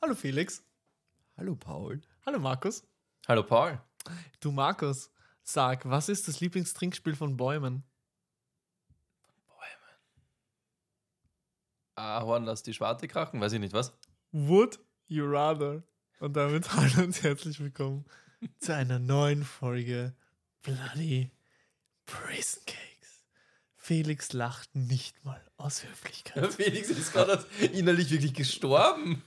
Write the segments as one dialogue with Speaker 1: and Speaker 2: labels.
Speaker 1: Hallo Felix.
Speaker 2: Hallo Paul.
Speaker 1: Hallo Markus.
Speaker 3: Hallo Paul.
Speaker 1: Du Markus, sag, was ist das Lieblingstrinkspiel von Bäumen?
Speaker 3: Ahorn, Ah, lass die Schwarte krachen, weiß ich nicht was.
Speaker 1: Would you rather? Und damit hallo und herzlich willkommen zu einer neuen Folge Bloody Prison Cakes. Felix lacht nicht mal aus Höflichkeit.
Speaker 3: Felix ist gerade innerlich wirklich gestorben.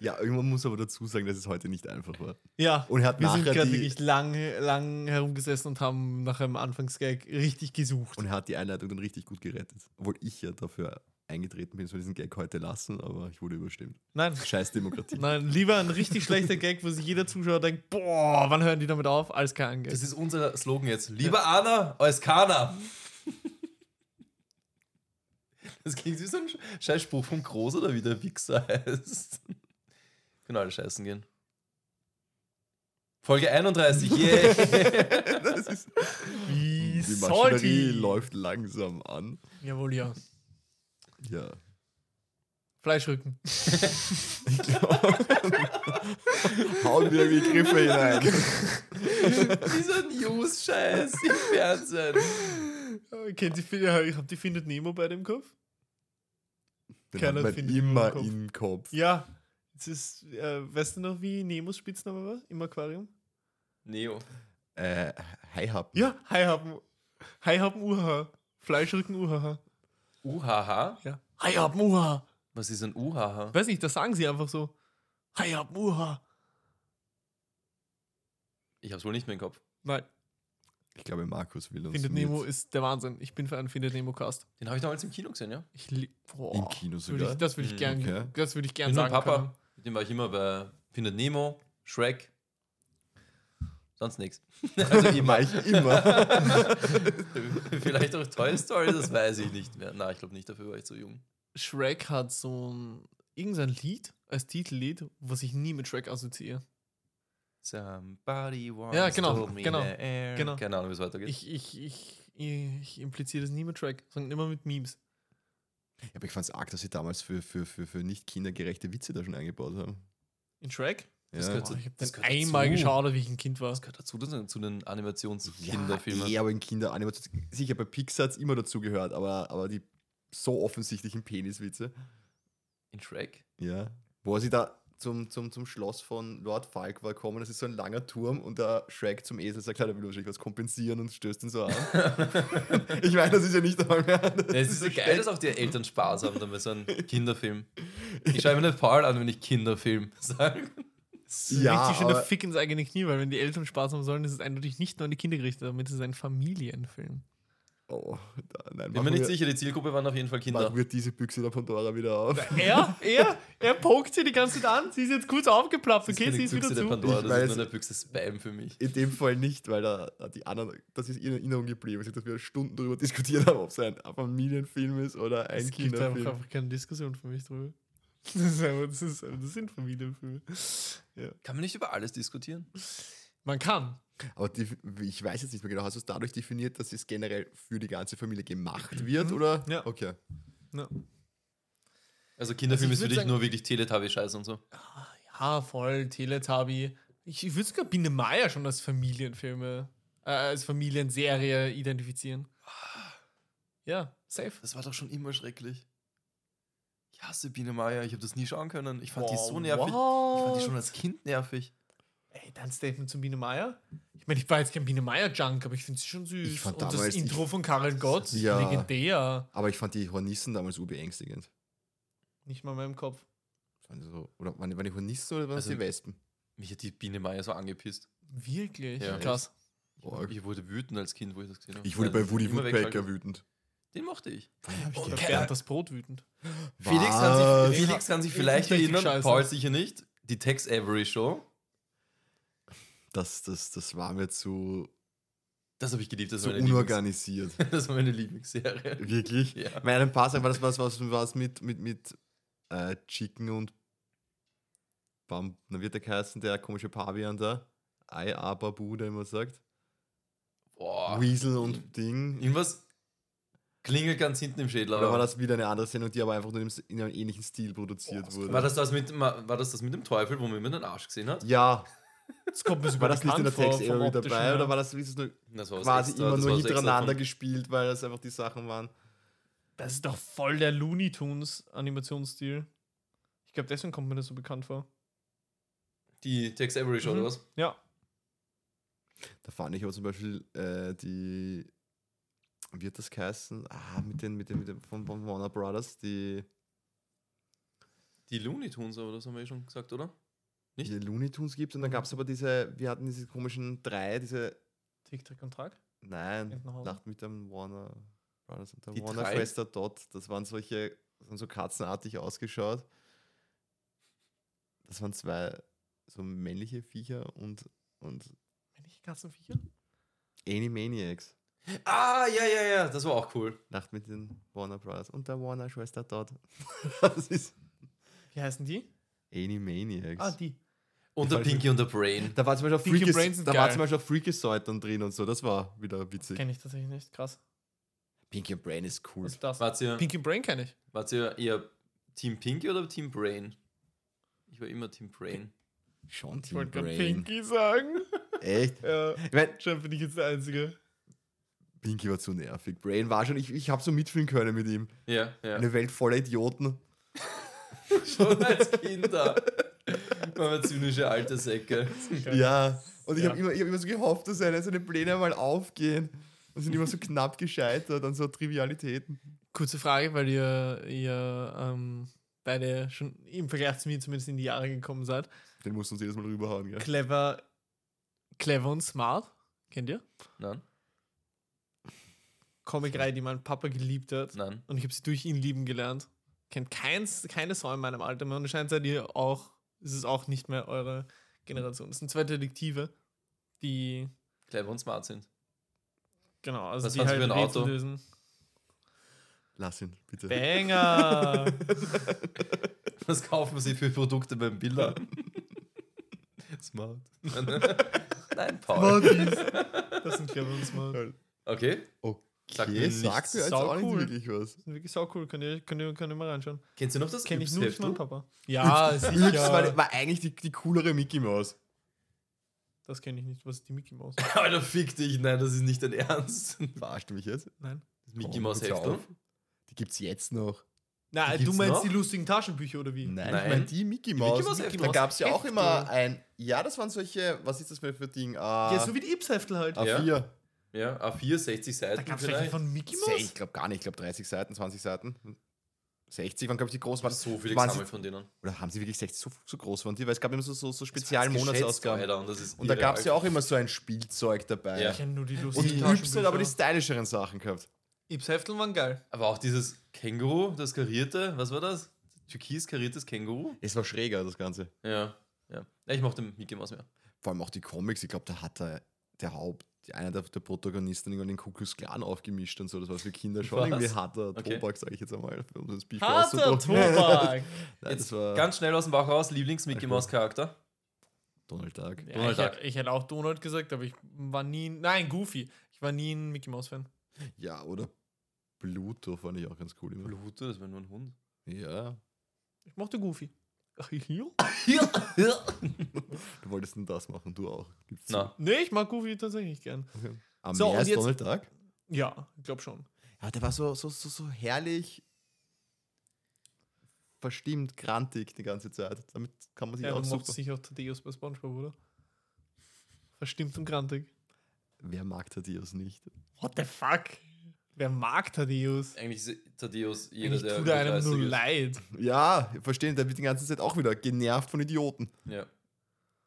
Speaker 2: Ja, irgendwann muss aber dazu sagen, dass es heute nicht einfach war.
Speaker 1: Ja,
Speaker 2: Und er hat
Speaker 1: wir sind
Speaker 2: nachher
Speaker 1: gerade
Speaker 2: die-
Speaker 1: wirklich lang, lang herumgesessen und haben nach einem Anfangsgag richtig gesucht.
Speaker 2: Und er hat die Einleitung dann richtig gut gerettet. Obwohl ich ja dafür eingetreten bin, soll diesen Gag heute lassen, aber ich wurde überstimmt.
Speaker 1: Nein,
Speaker 2: Scheiß Demokratie.
Speaker 1: Nein, lieber ein richtig schlechter Gag, wo sich jeder Zuschauer denkt, boah, wann hören die damit auf? Alles kein Gag.
Speaker 3: Das ist unser Slogan jetzt. Lieber Anna als Kana. Das klingt wie so ein Scheißspruch vom Groß oder wie der Wichser heißt. Können alle scheißen gehen. Folge 31, yeah.
Speaker 2: Das ist,
Speaker 1: wie
Speaker 2: die Maschinerie läuft langsam an.
Speaker 1: Jawohl, ja.
Speaker 2: Ja.
Speaker 1: Fleischrücken.
Speaker 2: Hauen wir die Griffe hinein.
Speaker 3: Dieser News-Scheiß im Fernsehen.
Speaker 1: Kennt ihr, ja, ich hab die Findet Nemo bei dem Kopf?
Speaker 2: Den
Speaker 1: Keiner
Speaker 2: hat man
Speaker 1: findet ihn
Speaker 2: immer
Speaker 1: im Kopf.
Speaker 2: im Kopf.
Speaker 1: Ja. Es ist, äh, weißt du noch, wie Nemos Spitzname war im Aquarium?
Speaker 3: Neo.
Speaker 2: Äh, Haihappen.
Speaker 1: Ja, Haihappen. Haihappen UHH. Fleischrücken UHH.
Speaker 3: UHH?
Speaker 1: Ja. Haihappen UHH.
Speaker 3: Was ist ein UHH?
Speaker 1: Weiß nicht, das sagen sie einfach so. Haihappen UHH.
Speaker 3: Ich hab's wohl nicht mehr im Kopf.
Speaker 1: Nein,
Speaker 2: Ich glaube, Markus will uns
Speaker 1: Findet
Speaker 2: mit
Speaker 1: Nemo ist der Wahnsinn. Ich bin für einen Findet Nemo Cast.
Speaker 3: Den habe ich damals im Kino gesehen, ja?
Speaker 1: Ich lieb, boah,
Speaker 2: im Kino
Speaker 1: Würde ich,
Speaker 2: sogar. Hm,
Speaker 1: das würde ich
Speaker 3: Mm,
Speaker 1: gern,
Speaker 2: okay.
Speaker 1: das würde ich gern
Speaker 3: Mit meinem
Speaker 1: sagen.
Speaker 3: Papa.
Speaker 1: können.
Speaker 3: Mit dem war ich immer bei Findet Nemo, Shrek, sonst nichts. Also immer.
Speaker 2: Immer, ich immer.
Speaker 3: Vielleicht auch Toy Story, das weiß ich nicht mehr. Na, ich glaube nicht, dafür war ich zu jung.
Speaker 1: Shrek hat so ein irgendein Lied als Titellied, was ich nie mit Shrek assoziiere.
Speaker 3: Somebody once
Speaker 1: Ja, genau,
Speaker 3: told me
Speaker 1: genau,
Speaker 3: the air.
Speaker 1: genau.
Speaker 3: Keine Ahnung, wie es weitergeht.
Speaker 1: Ich, ich, ich, ich impliziere das nie mit Shrek, sondern immer mit Memes.
Speaker 2: Ja, aber ich fand's arg, dass sie damals für, für, für, für nicht kindergerechte Witze da schon eingebaut haben.
Speaker 1: In Shrek?
Speaker 3: Das
Speaker 2: ja.
Speaker 3: gehört
Speaker 1: Boah, ich habe
Speaker 3: das
Speaker 1: den
Speaker 3: gehört
Speaker 1: einmal
Speaker 3: dazu.
Speaker 1: geschaut, als ich ein Kind war.
Speaker 3: das gehört dazu, das zu den
Speaker 2: Ja,
Speaker 3: Animationskinderfilmen.
Speaker 2: eh, aber in Kinderanimationen. Sicher, bei Pixar hat's immer dazu gehört, aber, aber die so offensichtlichen Peniswitze.
Speaker 3: In Shrek?
Speaker 2: Ja. Wo sie da zum, zum, zum Schloss von Lord Falkwar kommen, das ist so ein langer Turm und der Shrek zum Esel sagt, "Ja, der will wahrscheinlich was kompensieren und stößt ihn so an. ich meine, das ist ja nicht einmal mehr. Das
Speaker 3: Ja, es ist so geil, dass auch die Eltern Spaß haben damit, so einem Kinderfilm. Ich schreibe mir nicht Paul an, wenn ich Kinderfilm sage.
Speaker 1: Das ist
Speaker 2: Ja,
Speaker 1: richtig schön der
Speaker 2: aber-
Speaker 1: Fick ins eigene Knie, weil wenn die Eltern Spaß haben sollen, ist es eindeutig nicht nur an die Kinder gerichtet, damit ist es ein Familienfilm.
Speaker 2: Oh, da, nein,
Speaker 3: Bin
Speaker 2: machen
Speaker 3: mir nicht
Speaker 2: wir-
Speaker 3: sicher, die Zielgruppe waren auf jeden Fall Kinder.
Speaker 2: Machen wir diese Büchse der Pandora wieder auf.
Speaker 1: Er, er, er pokt sie die ganze Zeit an. Sie ist jetzt kurz aufgeplappt, okay, sie ist wieder
Speaker 3: Büchse der
Speaker 1: zu.
Speaker 3: Pandora,
Speaker 2: Ich
Speaker 3: das
Speaker 2: weiß-
Speaker 3: ist nur eine Büchse Spam für mich.
Speaker 2: In dem Fall nicht, weil da da die anderen, das ist in Erinnerung geblieben, dass wir Stunden darüber diskutiert haben, ob es ein Familienfilm ist oder ein
Speaker 1: Es gibt einfach,
Speaker 2: Kinderfilm.
Speaker 1: einfach keine Diskussion für mich drüber. Das, ist einfach, das, ist, das sind Familienfilme.
Speaker 3: Kann man nicht über alles diskutieren?
Speaker 1: Man kann.
Speaker 2: Aber die, ich weiß jetzt nicht mehr genau, hast du es dadurch definiert, dass es generell für die ganze Familie gemacht wird,
Speaker 3: Mhm.
Speaker 2: oder?
Speaker 1: Ja.
Speaker 2: Okay.
Speaker 3: Also Kinderfilm
Speaker 1: Also ich
Speaker 3: ist für
Speaker 1: würd
Speaker 3: dich
Speaker 1: sagen-
Speaker 3: nur wirklich Teletubby-Scheiß und so.
Speaker 1: Ja, voll, Teletubby. Ich würde sogar Biene Meier schon als Familienfilme, äh, als Familienserie identifizieren. Ja, safe.
Speaker 3: Das war doch schon immer schrecklich. Ich hasse Biene Meier, ich habe das nie schauen können. Ich fand die
Speaker 1: Wow,
Speaker 3: so nervig. Ich fand die
Speaker 1: What?
Speaker 3: schon als Kind nervig.
Speaker 1: Ey, dein Statement zu Biene Meier? Ich meine, ich war jetzt kein Biene Meier-Junk, aber ich finde sie schon süß.
Speaker 2: Ich fand
Speaker 1: Und das
Speaker 2: damals- ich-
Speaker 1: Intro von Karel Gott,
Speaker 2: Ja.
Speaker 1: legendär.
Speaker 2: Aber ich fand die Hornissen damals urbeängstigend.
Speaker 1: Nicht mal in meinem Kopf.
Speaker 2: Fand ich So, oder waren, die- waren die Hornissen oder waren es
Speaker 3: Also-
Speaker 2: die Wespen?
Speaker 3: Mich hat die Biene Meier so angepisst.
Speaker 1: Wirklich?
Speaker 3: Ja.
Speaker 1: Krass.
Speaker 2: Boah.
Speaker 3: Ich wurde wütend als Kind, wo ich das gesehen habe.
Speaker 2: Ich wurde
Speaker 3: Weil
Speaker 2: bei Woody
Speaker 3: immer
Speaker 2: Woodpecker
Speaker 3: weggeschaltet.
Speaker 2: wütend.
Speaker 3: Den mochte ich.
Speaker 1: Und der Bernd das Brot wütend.
Speaker 3: Felix kann,
Speaker 2: Was?
Speaker 3: sich, Felix kann sich
Speaker 1: Ich- ich
Speaker 3: vielleicht
Speaker 1: richtig
Speaker 3: erinnern,
Speaker 1: scheiße.
Speaker 3: Paul sicher nicht. Die Tex Avery Show.
Speaker 2: Das, das, das war mir zu,
Speaker 3: Das habe ich geliebt. Das
Speaker 2: zu
Speaker 3: war, meine Lieblings-
Speaker 2: unorganisiert.
Speaker 3: das war meine Lieblingsserie.
Speaker 2: Wirklich?
Speaker 3: Ja.
Speaker 2: Bei einem Paar Sachen war das was, was, was mit, mit, mit äh, Chicken und Bam, dann wird der geheißen, der komische Pavian da. Ei, Ababu, der immer sagt.
Speaker 3: Boah.
Speaker 2: Weasel und Ding.
Speaker 3: Irgendwas Klingelt ganz hinten im Schädel.
Speaker 2: Oder
Speaker 3: Aber
Speaker 2: war
Speaker 3: war, das,
Speaker 2: das wieder eine andere Sendung, die aber einfach nur in einem- in einem ähnlichen Stil produziert wurde?
Speaker 3: war, das das mit, war das das mit dem Teufel, wo man immer den Arsch gesehen hat?
Speaker 2: ja,
Speaker 1: Das kommt mir
Speaker 2: war
Speaker 1: sogar
Speaker 2: das nicht in der
Speaker 1: bekannt vor, vom
Speaker 2: Text-Area
Speaker 1: Optischen
Speaker 2: dabei
Speaker 1: her.
Speaker 2: oder war das, ist es nur
Speaker 3: Das war was
Speaker 2: quasi
Speaker 3: extra,
Speaker 2: immer
Speaker 3: das
Speaker 2: nur
Speaker 3: war was extra
Speaker 2: hintereinander
Speaker 3: von-
Speaker 2: gespielt, weil das einfach die Sachen waren?
Speaker 1: Das ist doch voll der Looney Tunes Animationsstil. Ich glaube, deswegen kommt mir das so bekannt vor.
Speaker 3: Die Tex Avery Show
Speaker 1: Mhm.
Speaker 3: oder was?
Speaker 1: Ja,
Speaker 2: Da fand ich aber zum Beispiel äh, die, wie hat das geheißen? Ah, mit den, mit den, mit den von, von Warner Brothers, die,
Speaker 3: Die Looney Tunes, aber das haben wir eh schon gesagt, oder? Nicht?
Speaker 2: die Looney Tunes gibt. Und dann gab es aber diese, wir hatten diese komischen drei, diese,
Speaker 1: Tick, Trick und Track.
Speaker 2: nein,
Speaker 1: Entenhausen?
Speaker 2: Nacht mit dem Warner Brothers und der
Speaker 3: Die
Speaker 2: Warner
Speaker 3: drei?
Speaker 2: Quester Dot. Das waren solche, das haben so katzenartig ausgeschaut. Das waren zwei so männliche Viecher und, und
Speaker 1: Männliche Katzenviecher?
Speaker 2: Animaniacs.
Speaker 3: Ah, ja, ja, ja, das war auch cool.
Speaker 2: Nacht mit den Warner Brothers und der Warner Schwester Dot. das ist
Speaker 1: Wie heißen die?
Speaker 2: Animaniacs.
Speaker 1: Ah, die.
Speaker 3: Und der
Speaker 2: Falsche-
Speaker 3: Pinky und der Brain.
Speaker 2: da war zum Beispiel
Speaker 1: Pinky
Speaker 2: auch
Speaker 1: Brains
Speaker 2: Freakis,
Speaker 1: sind
Speaker 2: da war
Speaker 1: geil.
Speaker 2: zum Beispiel auch Freakazoid dann drin und so. Das war wieder witzig.
Speaker 1: Kenne ich tatsächlich nicht. Krass.
Speaker 2: Pinky und Brain ist cool.
Speaker 1: Was ist das?
Speaker 3: Wart ihr,
Speaker 1: Pinky Brain kenne ich.
Speaker 3: wart ihr eher Team Pinky oder Team Brain? Ich war immer Team Brain.
Speaker 2: Schon
Speaker 1: Ich
Speaker 2: Team
Speaker 1: wollte gerade
Speaker 2: Brain.
Speaker 1: Pinky sagen.
Speaker 2: Echt?
Speaker 1: Ja,
Speaker 2: Ich meine,
Speaker 1: anscheinend bin ich jetzt der Einzige.
Speaker 2: Pinky war zu nervig. Brain war schon, ich, ich habe so mitfühlen können mit ihm.
Speaker 3: Ja, ja.
Speaker 2: Eine Welt voller Idioten.
Speaker 3: Schon als Kinder. Waren wir zynische alte Säcke.
Speaker 2: Ja. Und ich
Speaker 1: Ja.
Speaker 2: habe immer, ich hab immer so gehofft, dass seine, seine Pläne mal aufgehen. Und sind immer so knapp gescheitert an so Trivialitäten.
Speaker 1: Kurze Frage, weil ihr, ihr ähm, beide schon im Vergleich zu mir zumindest in die Jahre gekommen seid.
Speaker 2: Den musst du uns jedes Mal rüberhauen, gell?
Speaker 1: Clever, clever und smart. Kennt ihr?
Speaker 3: Nein,
Speaker 1: Comicreihe, die mein Papa geliebt hat.
Speaker 3: nein.
Speaker 1: Und ich habe sie durch ihn lieben gelernt. Kennt keins, keine Sau in meinem Alter mehr. Und scheint seid ihr auch, ist es auch nicht mehr eure Generation. Es sind zwei Detektive, die,
Speaker 3: Clever und smart sind.
Speaker 1: genau, also
Speaker 3: Was
Speaker 1: die
Speaker 3: fahren sie für
Speaker 1: halt
Speaker 3: ein Auto?
Speaker 1: Rätsel lösen.
Speaker 2: Lass ihn, bitte.
Speaker 1: Banger!
Speaker 3: Was kaufen sie für Produkte beim Biller? smart. Nein, Paul.
Speaker 1: das sind clever und smart.
Speaker 3: Okay. Sagt mir
Speaker 2: Okay,
Speaker 3: nichts.
Speaker 2: sagt mir jetzt
Speaker 1: Sau
Speaker 2: auch nicht
Speaker 1: cool.
Speaker 2: wirklich was.
Speaker 1: sind wirklich sau cool. Könnt ihr, könnt ihr, könnt ihr mal reinschauen.
Speaker 3: Kennst du noch das
Speaker 1: Kenne ich nur durch
Speaker 3: Yps-Heftel?
Speaker 1: meinen Papa. Ja,
Speaker 2: Übs war, war eigentlich die, die coolere Mickey Mouse.
Speaker 1: Das kenne ich nicht. Was ist die Mickey Mouse?
Speaker 3: Alter, fick dich. Nein, das ist nicht dein Ernst.
Speaker 2: Verarscht du mich jetzt?
Speaker 1: Nein.
Speaker 3: Das Mickey
Speaker 2: Komm,
Speaker 3: Maus
Speaker 2: hör
Speaker 3: Heftel.
Speaker 2: auf. Die gibt's jetzt noch.
Speaker 1: Na,
Speaker 2: Die
Speaker 1: du
Speaker 2: gibt's
Speaker 1: meinst
Speaker 2: noch?
Speaker 1: die lustigen Taschenbücher oder wie?
Speaker 2: Nein,
Speaker 3: Nein.
Speaker 2: ich meine die Mickey Mouse.
Speaker 3: Mouse Heftel.
Speaker 2: da gab's ja auch
Speaker 1: Heftel.
Speaker 2: immer ein. Ja, das waren solche. Was ist das für für Ding? Ah,
Speaker 1: Ja, so wie die Ibsheftel halt.
Speaker 2: A4.
Speaker 3: Ja, A4, 60 Seiten.
Speaker 1: Da gab es welche
Speaker 3: vielleicht.
Speaker 1: von Mickey
Speaker 2: Se-
Speaker 1: Mouse.
Speaker 2: Ich glaube gar nicht. Ich glaube 30 Seiten, 20 Seiten. 60 waren, glaube ich, die groß waren.
Speaker 3: so viele
Speaker 2: waren
Speaker 3: gesammelt
Speaker 2: sie,
Speaker 3: von denen.
Speaker 2: Oder haben sie wirklich 60 so, so groß waren die? Weil es gab immer so, so, so
Speaker 3: Das
Speaker 2: speziellen
Speaker 3: hat's geschätzt,
Speaker 2: Monatsausgaben.
Speaker 3: Alter, Und, das ist
Speaker 2: Und da
Speaker 3: irre,
Speaker 2: gab's ja
Speaker 3: Alter.
Speaker 2: auch immer so ein Spielzeug dabei.
Speaker 3: Ja.
Speaker 1: Ich kenne nur die
Speaker 2: Und
Speaker 1: lustigen
Speaker 2: die Yps hat
Speaker 1: Taschenbücher.
Speaker 2: aber die stylischeren Sachen gehabt.
Speaker 1: Ibsheftel waren geil.
Speaker 3: Aber auch dieses Känguru, das karierte, was war das? Türkis kariertes Känguru?
Speaker 2: Es war schräger, das Ganze.
Speaker 3: Ja. ja. Ja, Ich mochte Mickey Maus mehr.
Speaker 2: vor allem auch die Comics, ich glaube, da hat der, der Haupt, einer der, der Protagonisten irgendwann den Kuckucks Clan aufgemischt und so. Das war für Kinder schon
Speaker 3: Was?
Speaker 2: irgendwie harter
Speaker 3: Okay.
Speaker 2: Tobak, sage ich jetzt einmal, um das Beef
Speaker 1: Harter
Speaker 2: auszudrücken.
Speaker 1: Tobak.
Speaker 2: Nein, das
Speaker 3: Jetzt
Speaker 2: war
Speaker 3: ganz schnell aus dem Bauch raus, Lieblings-Mickey
Speaker 2: Okay.
Speaker 3: Maus Charakter.
Speaker 2: Donald Duck.
Speaker 1: ja,
Speaker 3: Donald
Speaker 1: ich,
Speaker 3: Duck.
Speaker 1: hätt- ich hätte auch Donald gesagt, aber ich war nie. Nein, Goofy. Ich war nie ein Mickey Mouse Fan.
Speaker 2: Ja, oder Pluto fand ich auch ganz cool. Immer.
Speaker 3: Pluto, das war nur ein Hund.
Speaker 2: Ja.
Speaker 1: Ich mochte Goofy. Ach, hier?
Speaker 2: Du wolltest denn das machen, du auch. Gibt's
Speaker 3: Na,
Speaker 1: Nee, ich mag Goofy tatsächlich gern.
Speaker 2: Am
Speaker 1: So,
Speaker 2: so,
Speaker 1: und
Speaker 2: Meer ist
Speaker 1: jetzt-
Speaker 2: Donald Duck.
Speaker 1: Ja, ich glaube schon.
Speaker 2: Ja, der war so, so, so, so herrlich verstimmt, grantig die ganze Zeit. Damit kann man sich
Speaker 1: Ja,
Speaker 2: auch
Speaker 1: du
Speaker 2: super...
Speaker 1: mochtest sicher auch Tadeus bei Spongebob, oder? Verstimmt und grantig.
Speaker 2: Wer mag Tadeus nicht?
Speaker 1: What the fuck? Wer mag Tadeus?
Speaker 3: eigentlich ist Thaddeus jeder,
Speaker 1: Ich
Speaker 3: der.
Speaker 1: tut er einem nur
Speaker 3: 30 ist.
Speaker 1: leid.
Speaker 2: Ja, verstehen, der wird die ganze Zeit auch wieder genervt von Idioten.
Speaker 3: Ja.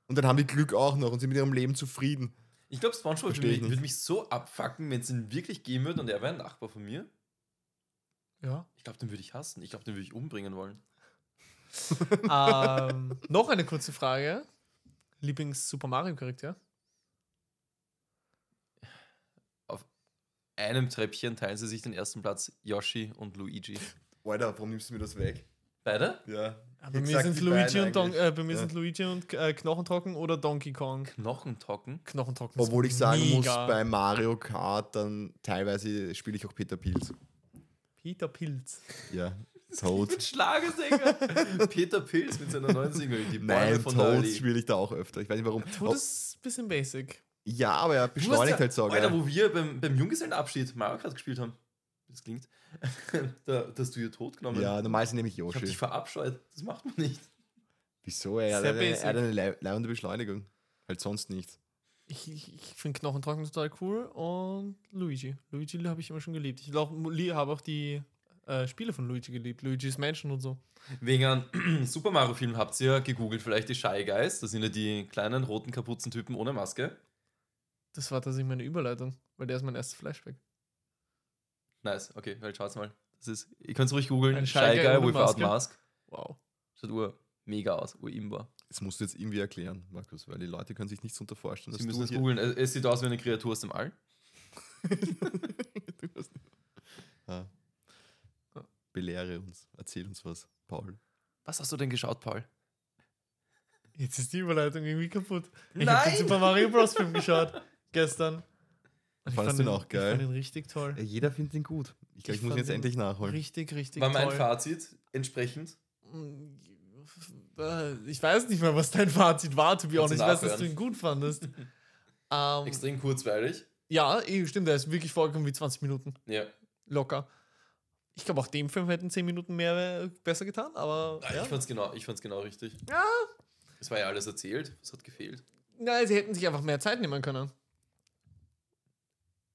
Speaker 2: Und dann haben die Glück auch noch und sind mit ihrem Leben zufrieden.
Speaker 3: Ich glaube, Spongebob würde
Speaker 2: Versteh ich
Speaker 3: mich,
Speaker 2: nicht.
Speaker 3: würd mich so abfacken, wenn es ihn wirklich geben würde und er wäre ein Nachbar von mir.
Speaker 1: Ja.
Speaker 3: Ich glaube, den würde ich hassen. Ich glaube, den würde ich umbringen wollen.
Speaker 1: ähm, noch eine kurze Frage. Lieblings-Super Mario-Charakter?
Speaker 3: Einem Treppchen teilen sie sich den ersten Platz, Yoshi und Luigi.
Speaker 2: Alter, warum nimmst du mir das weg?
Speaker 3: Beide?
Speaker 2: Ja.
Speaker 1: Ja, bei
Speaker 2: Ich
Speaker 1: Also mir
Speaker 2: sag
Speaker 1: sind
Speaker 2: die
Speaker 1: Luigi
Speaker 2: beiden
Speaker 1: und, Don
Speaker 2: eigentlich.
Speaker 1: äh, bei mir
Speaker 2: Ja.
Speaker 1: sind Luigi und äh, Knochentrocken oder Donkey Kong.
Speaker 3: Knochentocken.
Speaker 1: Knochentrocken. ist
Speaker 2: Obwohl ich sagen muss,
Speaker 1: mega.
Speaker 2: bei Mario Kart dann teilweise spiele ich auch Peter Pilz.
Speaker 1: Peter Pilz.
Speaker 2: Ja,
Speaker 3: Ich bin
Speaker 2: Toad.
Speaker 3: Schlagersänger. Peter Pilz mit seiner neuen Single, die Bäume
Speaker 2: Nein,
Speaker 3: von
Speaker 2: Toad
Speaker 3: Dali.
Speaker 2: spiele ich da auch öfter. Ich weiß nicht warum.
Speaker 1: Tod ist ein bisschen basic.
Speaker 2: Ja, aber er
Speaker 3: Du musst
Speaker 2: beschleunigt
Speaker 3: ja,
Speaker 2: halt so.
Speaker 3: Alter,
Speaker 2: gell?
Speaker 3: wo wir beim, beim Junggesellenabschied Mario Kart gespielt haben. Das klingt. da, da hast du ihr tot genommen.
Speaker 2: Ja, normal sind nämlich
Speaker 3: ich hab dich
Speaker 2: Yoshi.
Speaker 3: verabscheut. Das macht man nicht.
Speaker 2: Wieso? Er hat
Speaker 1: Sehr
Speaker 2: eine, er hat
Speaker 1: basic.
Speaker 2: eine lei- leibende Beschleunigung. Halt sonst nicht.
Speaker 1: Ich, ich, ich finde Knochentrocken total cool und Luigi. Luigi habe ich immer schon geliebt. Ich habe auch die äh, Spiele von Luigi geliebt. Luigi's Mansion und so.
Speaker 3: Wegen einem Super Mario Film habt ihr gegoogelt, vielleicht die Shy Guys. Das sind ja die kleinen roten Kapuzentypen ohne Maske.
Speaker 1: Das war tatsächlich meine Überleitung, weil der ist mein erstes Flashback.
Speaker 3: Nice, okay, halt schaut's mal. Das ist, ihr könnt's ruhig googeln.
Speaker 1: Ein
Speaker 3: Shy, Guy
Speaker 1: ohne
Speaker 3: without
Speaker 1: Maske.
Speaker 3: Mask.
Speaker 1: Wow.
Speaker 3: Schaut ur mega aus, urimba.
Speaker 2: Das musst du jetzt irgendwie erklären, Markus, weil die Leute können sich nichts darunter vorstellen.
Speaker 3: Sie müssen
Speaker 2: du
Speaker 3: das
Speaker 2: hier-
Speaker 3: googeln. Es es sieht aus wie eine Kreatur aus dem All.
Speaker 2: Du hast- Ah. Belehre uns, erzähl uns was, Paul.
Speaker 3: Was hast du denn geschaut, Paul?
Speaker 1: Jetzt ist die Überleitung irgendwie kaputt. Ich habe
Speaker 3: Nein!
Speaker 1: den Super Mario Bros. Film geschaut gestern. Und ich
Speaker 2: Fandest
Speaker 1: fand
Speaker 2: du ihn
Speaker 1: ihn-
Speaker 2: auch geil?
Speaker 1: Ich fand ihn richtig toll.
Speaker 2: Ja, jeder findet ihn gut. Ich glaube,
Speaker 1: Ich
Speaker 2: ich, muss ihn
Speaker 1: fand
Speaker 2: jetzt
Speaker 1: ihn
Speaker 2: endlich nachholen.
Speaker 1: Richtig, richtig
Speaker 3: War
Speaker 1: toll.
Speaker 3: mein Fazit entsprechend.
Speaker 1: Äh, Hm, Ich weiß nicht mehr, was dein Fazit war, to be honest.
Speaker 3: Kannst du
Speaker 1: Ich weiß, dass du
Speaker 3: nachhören.
Speaker 1: ihn gut fandest. ähm,
Speaker 3: Extrem kurzweilig.
Speaker 1: ja, eh, stimmt, der ist wirklich vorgekommen wie 20 Minuten.
Speaker 3: Ja.
Speaker 1: Locker. Ich glaube, auch dem Film hätten 10 Minuten mehr äh, besser getan, aber.
Speaker 3: Ah,
Speaker 1: Ja.
Speaker 3: Ich, fand's genau, ich fand's genau richtig.
Speaker 1: Ja.
Speaker 3: Es war ja alles erzählt. Es hat gefehlt.
Speaker 1: Nein, sie hätten sich einfach mehr Zeit nehmen können.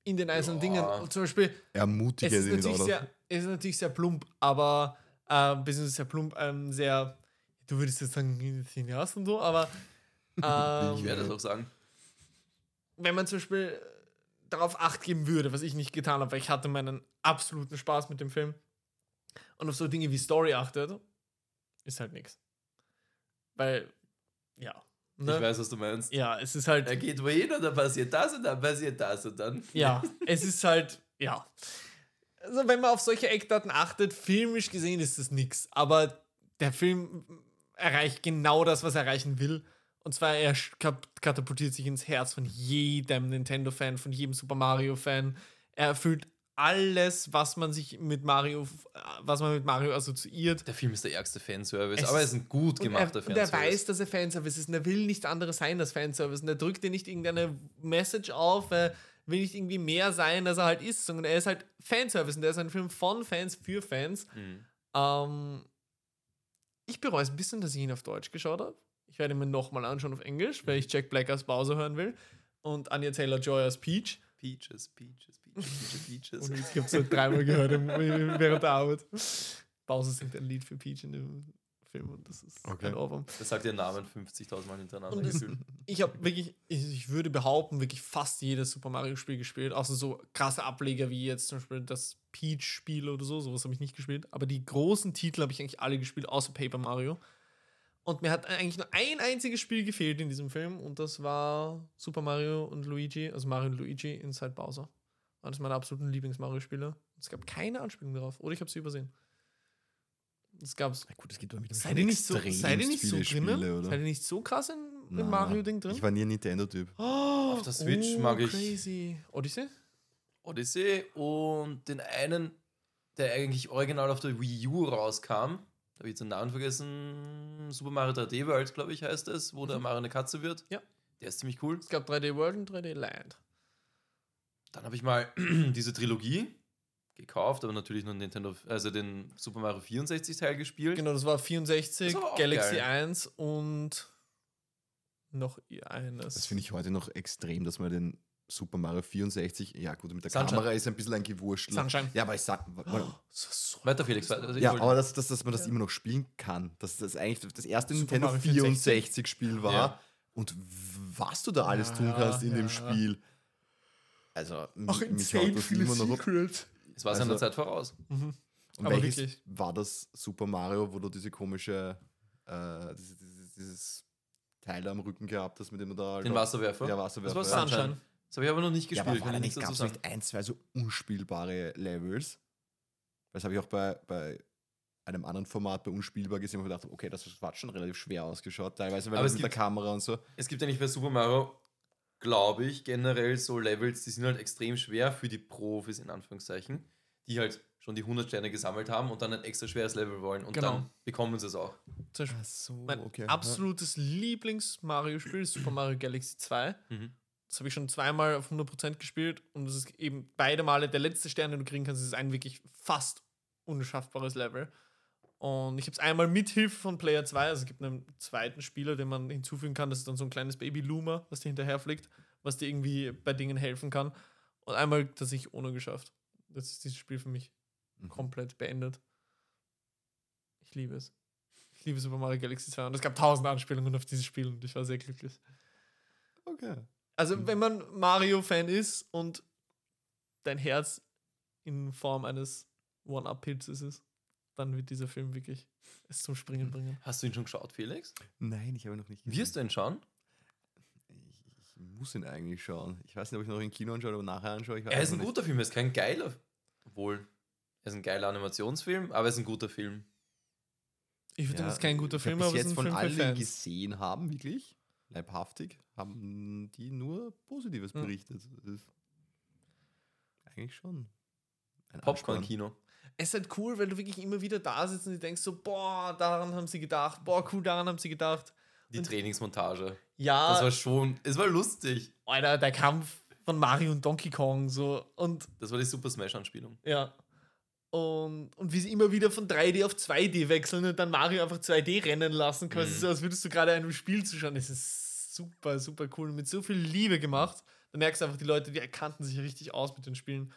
Speaker 1: In den einzelnen
Speaker 3: Ja.
Speaker 1: Dingen. Zum Beispiel, es
Speaker 2: Ermutige
Speaker 1: ist,
Speaker 2: den
Speaker 1: natürlich
Speaker 2: auch noch.
Speaker 1: sehr, es ist natürlich sehr plump, aber äh, beziehungsweise sehr plump, ähm, sehr, du würdest jetzt sagen, Cineast und so, aber
Speaker 3: Ich
Speaker 1: ähm,
Speaker 3: werde das auch sagen.
Speaker 1: wenn man zum Beispiel äh, darauf Acht geben würde, was ich nicht getan habe, weil ich hatte meinen absoluten Spaß mit dem Film und auf so Dinge wie Story achtet, ist halt nichts. Weil, ja. Ne?
Speaker 3: Ich weiß, Äh, was du meinst.
Speaker 1: Ja, es ist halt
Speaker 3: Da geht wohin und dann passiert das und dann passiert das und dann.
Speaker 1: Ja, es ist halt, ja. Also, wenn man auf solche Eckdaten achtet, filmisch gesehen ist das nix. Aber der Film erreicht genau das, was er erreichen will. Und zwar, er sch- kap- katapultiert sich ins Herz von jedem Nintendo-Fan, von jedem Super Mario-Fan. Er erfüllt alles, was man sich mit Mario, f- äh, was man mit Mario assoziiert.
Speaker 3: Der Film ist der ärgste Fanservice,
Speaker 1: Es
Speaker 3: aber er
Speaker 1: ist-
Speaker 3: ist ein gut
Speaker 1: Und er,
Speaker 3: gemachter
Speaker 1: und er weiß,
Speaker 3: Fanservice.
Speaker 1: dass er Fanservice ist und er will nichts anderes sein als Fanservice und er drückt dir nicht irgendeine Message auf, er will nicht irgendwie mehr sein, als er halt ist, sondern er ist halt Fanservice und er ist ein Film von Fans für Fans.
Speaker 3: Mhm.
Speaker 1: Ähm, ich bereue es ein bisschen, dass ich ihn auf Deutsch geschaut habe. Ich werde ihn mir nochmal anschauen auf Englisch, weil ich Jack Black als Bowser hören will und Anya Taylor-Joy als Peach.
Speaker 3: Peaches, Peaches, Peaches, Peaches,
Speaker 1: Und
Speaker 3: Peaches.
Speaker 1: ich habe es halt dreimal gehört im, im, während der Arbeit. Bowser singt ein Lied für Peach in dem Film und das ist
Speaker 2: Okay.
Speaker 1: ein Ohrwurm.
Speaker 3: Das sagt den Namen 50.000 Mal hintereinander.
Speaker 1: Und das-
Speaker 3: gefühlt.
Speaker 1: ich habe wirklich, ich, ich würde behaupten, wirklich fast jedes Super Mario-Spiel gespielt, außer so krasse Ableger wie jetzt zum Beispiel das Peach-Spiel oder so, sowas habe ich nicht gespielt. Aber die großen Titel habe ich eigentlich alle gespielt, außer Paper Mario. Und mir hat eigentlich nur ein einziges Spiel gefehlt in diesem Film und das war Super Mario und Luigi, also Mario und Luigi Inside Bowser. Eines meiner absoluten Lieblings-Mario-Spiele. Es gab keine Anspielung darauf oder ich habe sie übersehen. Es gab's.
Speaker 2: Na gut, es gibt doch mit dem
Speaker 1: Seid
Speaker 2: Film
Speaker 1: ihr nicht so,
Speaker 2: extremst
Speaker 1: seid ihr nicht so
Speaker 2: viele
Speaker 1: drinnen?
Speaker 2: Spiele, oder?
Speaker 1: Seid ihr nicht so krass in,
Speaker 2: Na,
Speaker 1: im Mario-Ding drin?
Speaker 2: Ich war nie ein Nintendo-Typ.
Speaker 1: Auf
Speaker 3: der Switch mag ich-
Speaker 1: Oh, Crazy. Odyssey?
Speaker 3: Odyssey und den einen, der eigentlich original auf der Wii U rauskam. Da habe ich jetzt den Namen vergessen. Super Mario 3D World, glaube ich, heißt es, wo der Mario eine Katze wird.
Speaker 1: Mhm. Ja.
Speaker 3: Der ist ziemlich cool.
Speaker 1: Es gab 3D World und 3D Land.
Speaker 3: Dann habe ich mal diese Trilogie gekauft, aber natürlich nur Nintendo, also den Super Mario 64 Teil gespielt.
Speaker 1: Genau, das war 64,
Speaker 3: Das war auch
Speaker 1: Galaxy
Speaker 3: geil.
Speaker 1: 1 und noch eines.
Speaker 2: Das finde ich heute noch extrem, dass man den Super Mario 64, ja gut, mit der
Speaker 3: Sunshine.
Speaker 2: Kamera ist ein bisschen ein Gewurschtel.
Speaker 1: Sunshine.
Speaker 2: Ja, aber ich sag,
Speaker 1: Oh, das
Speaker 2: weil,
Speaker 1: war so
Speaker 3: Weiter, Felix.
Speaker 1: cooles
Speaker 3: Weiter. Also ich
Speaker 2: ja,
Speaker 3: wollte-
Speaker 2: aber dass, dass, dass man das
Speaker 1: Ja.
Speaker 2: immer noch spielen kann, dass das eigentlich das erste
Speaker 1: Super
Speaker 2: Nintendo
Speaker 1: Mario 64.
Speaker 2: 64-Spiel war
Speaker 3: Ja.
Speaker 2: und was du da alles tun
Speaker 1: Ja,
Speaker 2: kannst in
Speaker 1: ja.
Speaker 2: dem Spiel. Also, m-
Speaker 1: Ach, insane viele
Speaker 2: ab.
Speaker 1: Secrets.
Speaker 3: es war seiner
Speaker 2: also-
Speaker 3: Zeit voraus.
Speaker 1: Mhm.
Speaker 2: Und
Speaker 1: Aber
Speaker 2: welches
Speaker 1: wirklich.
Speaker 2: war das Super Mario, wo du diese komische, äh, dieses, dieses, dieses Teil da am Rücken gehabt hast, mit dem du da...
Speaker 3: Den Wasserwerfer.
Speaker 2: Ja, Wasserwerfer.
Speaker 3: Das war
Speaker 1: Sunshine.
Speaker 3: Sunshine. Das habe ich aber noch nicht
Speaker 2: Ja,
Speaker 3: gespielt.
Speaker 2: aber
Speaker 3: kann
Speaker 2: war
Speaker 3: ich
Speaker 2: da
Speaker 3: nichts
Speaker 2: nicht,
Speaker 3: dazu
Speaker 2: gab es
Speaker 3: sagen.
Speaker 2: nicht ein, zwei so unspielbare Levels? Das habe ich auch bei, bei einem anderen Format bei unspielbar gesehen, wo ich dachte, okay, das hat schon relativ schwer ausgeschaut, teilweise weil
Speaker 3: Aber
Speaker 2: das
Speaker 3: es
Speaker 2: mit der
Speaker 3: gibt-
Speaker 2: Kamera und so.
Speaker 3: Es gibt ja nicht bei Super Mario, glaube ich, generell so Levels, die sind halt extrem schwer für die Profis in Anführungszeichen. die halt schon die 100 Sterne gesammelt haben und dann ein extra schweres Level wollen. Und
Speaker 1: Genau.
Speaker 3: dann bekommen sie es auch.
Speaker 1: Zum Beispiel
Speaker 2: so,
Speaker 1: mein absolutes Lieblings-Mario-Spiel ist Super Mario Galaxy 2.
Speaker 3: Mhm.
Speaker 1: Das habe ich schon zweimal auf 100% gespielt und das ist eben beide Male der letzte Stern, den du kriegen kannst. Das ist ein wirklich fast unschaffbares Level. Und ich habe es einmal mit Hilfe von Player 2, also es gibt einen zweiten Spieler, den man hinzufügen kann. Das ist dann so ein kleines Baby Luma, was dir hinterherfliegt, was dir irgendwie bei Dingen helfen kann. Und einmal tatsächlich ohne geschafft. Das ist dieses Spiel für mich
Speaker 2: Mhm.
Speaker 1: komplett beendet. Ich liebe es. Ich liebe Super Mario Galaxy 2 und es gab tausend Anspielungen auf dieses Spiel und ich war sehr glücklich.
Speaker 2: Okay.
Speaker 1: Also,
Speaker 2: Mhm.
Speaker 1: wenn man Mario-Fan ist und dein Herz in Form eines One-Up-Pilzes ist, dann wird dieser Film wirklich es zum
Speaker 2: Mhm.
Speaker 1: Springen bringen.
Speaker 3: Hast du ihn schon geschaut, Felix?
Speaker 2: Nein, ich habe ihn noch nicht
Speaker 3: Wirst du ihn schauen?
Speaker 2: Ich, ich muss ihn eigentlich schauen. Ich weiß nicht, ob ich noch im Kino anschaue oder nachher anschaue. Ich weiß
Speaker 3: Er ist ein
Speaker 2: noch nicht.
Speaker 3: guter Film, er ist kein geiler. Wohl. Er ist ein geiler Animationsfilm, aber er ist ein guter Film.
Speaker 1: Ich würde
Speaker 2: Ja,
Speaker 1: sagen, es ist kein guter
Speaker 2: ich hab
Speaker 1: Film,
Speaker 2: bis
Speaker 1: aber es ist
Speaker 2: jetzt
Speaker 1: ein
Speaker 2: von
Speaker 1: Film für
Speaker 2: allen
Speaker 1: Fans.
Speaker 2: gesehen haben, wirklich leibhaftig, haben die nur Positives
Speaker 1: Ja.
Speaker 2: berichtet. Das ist eigentlich schon. ein Ansporn.
Speaker 3: Popcorn-Kino.
Speaker 1: Es ist halt cool, weil du wirklich immer wieder da sitzt und du denkst so, boah, daran haben sie gedacht, boah, cool, daran haben sie gedacht.
Speaker 3: Die
Speaker 1: Und- Ah.
Speaker 3: Trainingsmontage. Das
Speaker 2: Also
Speaker 1: Ja,
Speaker 3: war schon, es war lustig.
Speaker 1: Alter, der Kampf von Mario und Donkey Kong, so. Und
Speaker 3: Das war die Super Smash-Anspielung.
Speaker 1: Ja. Und, und wie sie immer wieder von 3D auf 2D wechseln und dann Mario einfach 2D rennen lassen, quasi
Speaker 3: Mhm.
Speaker 1: so, als würdest du gerade einem Spiel zuschauen. Es ist super, super cool und mit so viel Liebe gemacht. Da merkst du einfach, die Leute, die erkannten sich richtig aus mit den Spielen.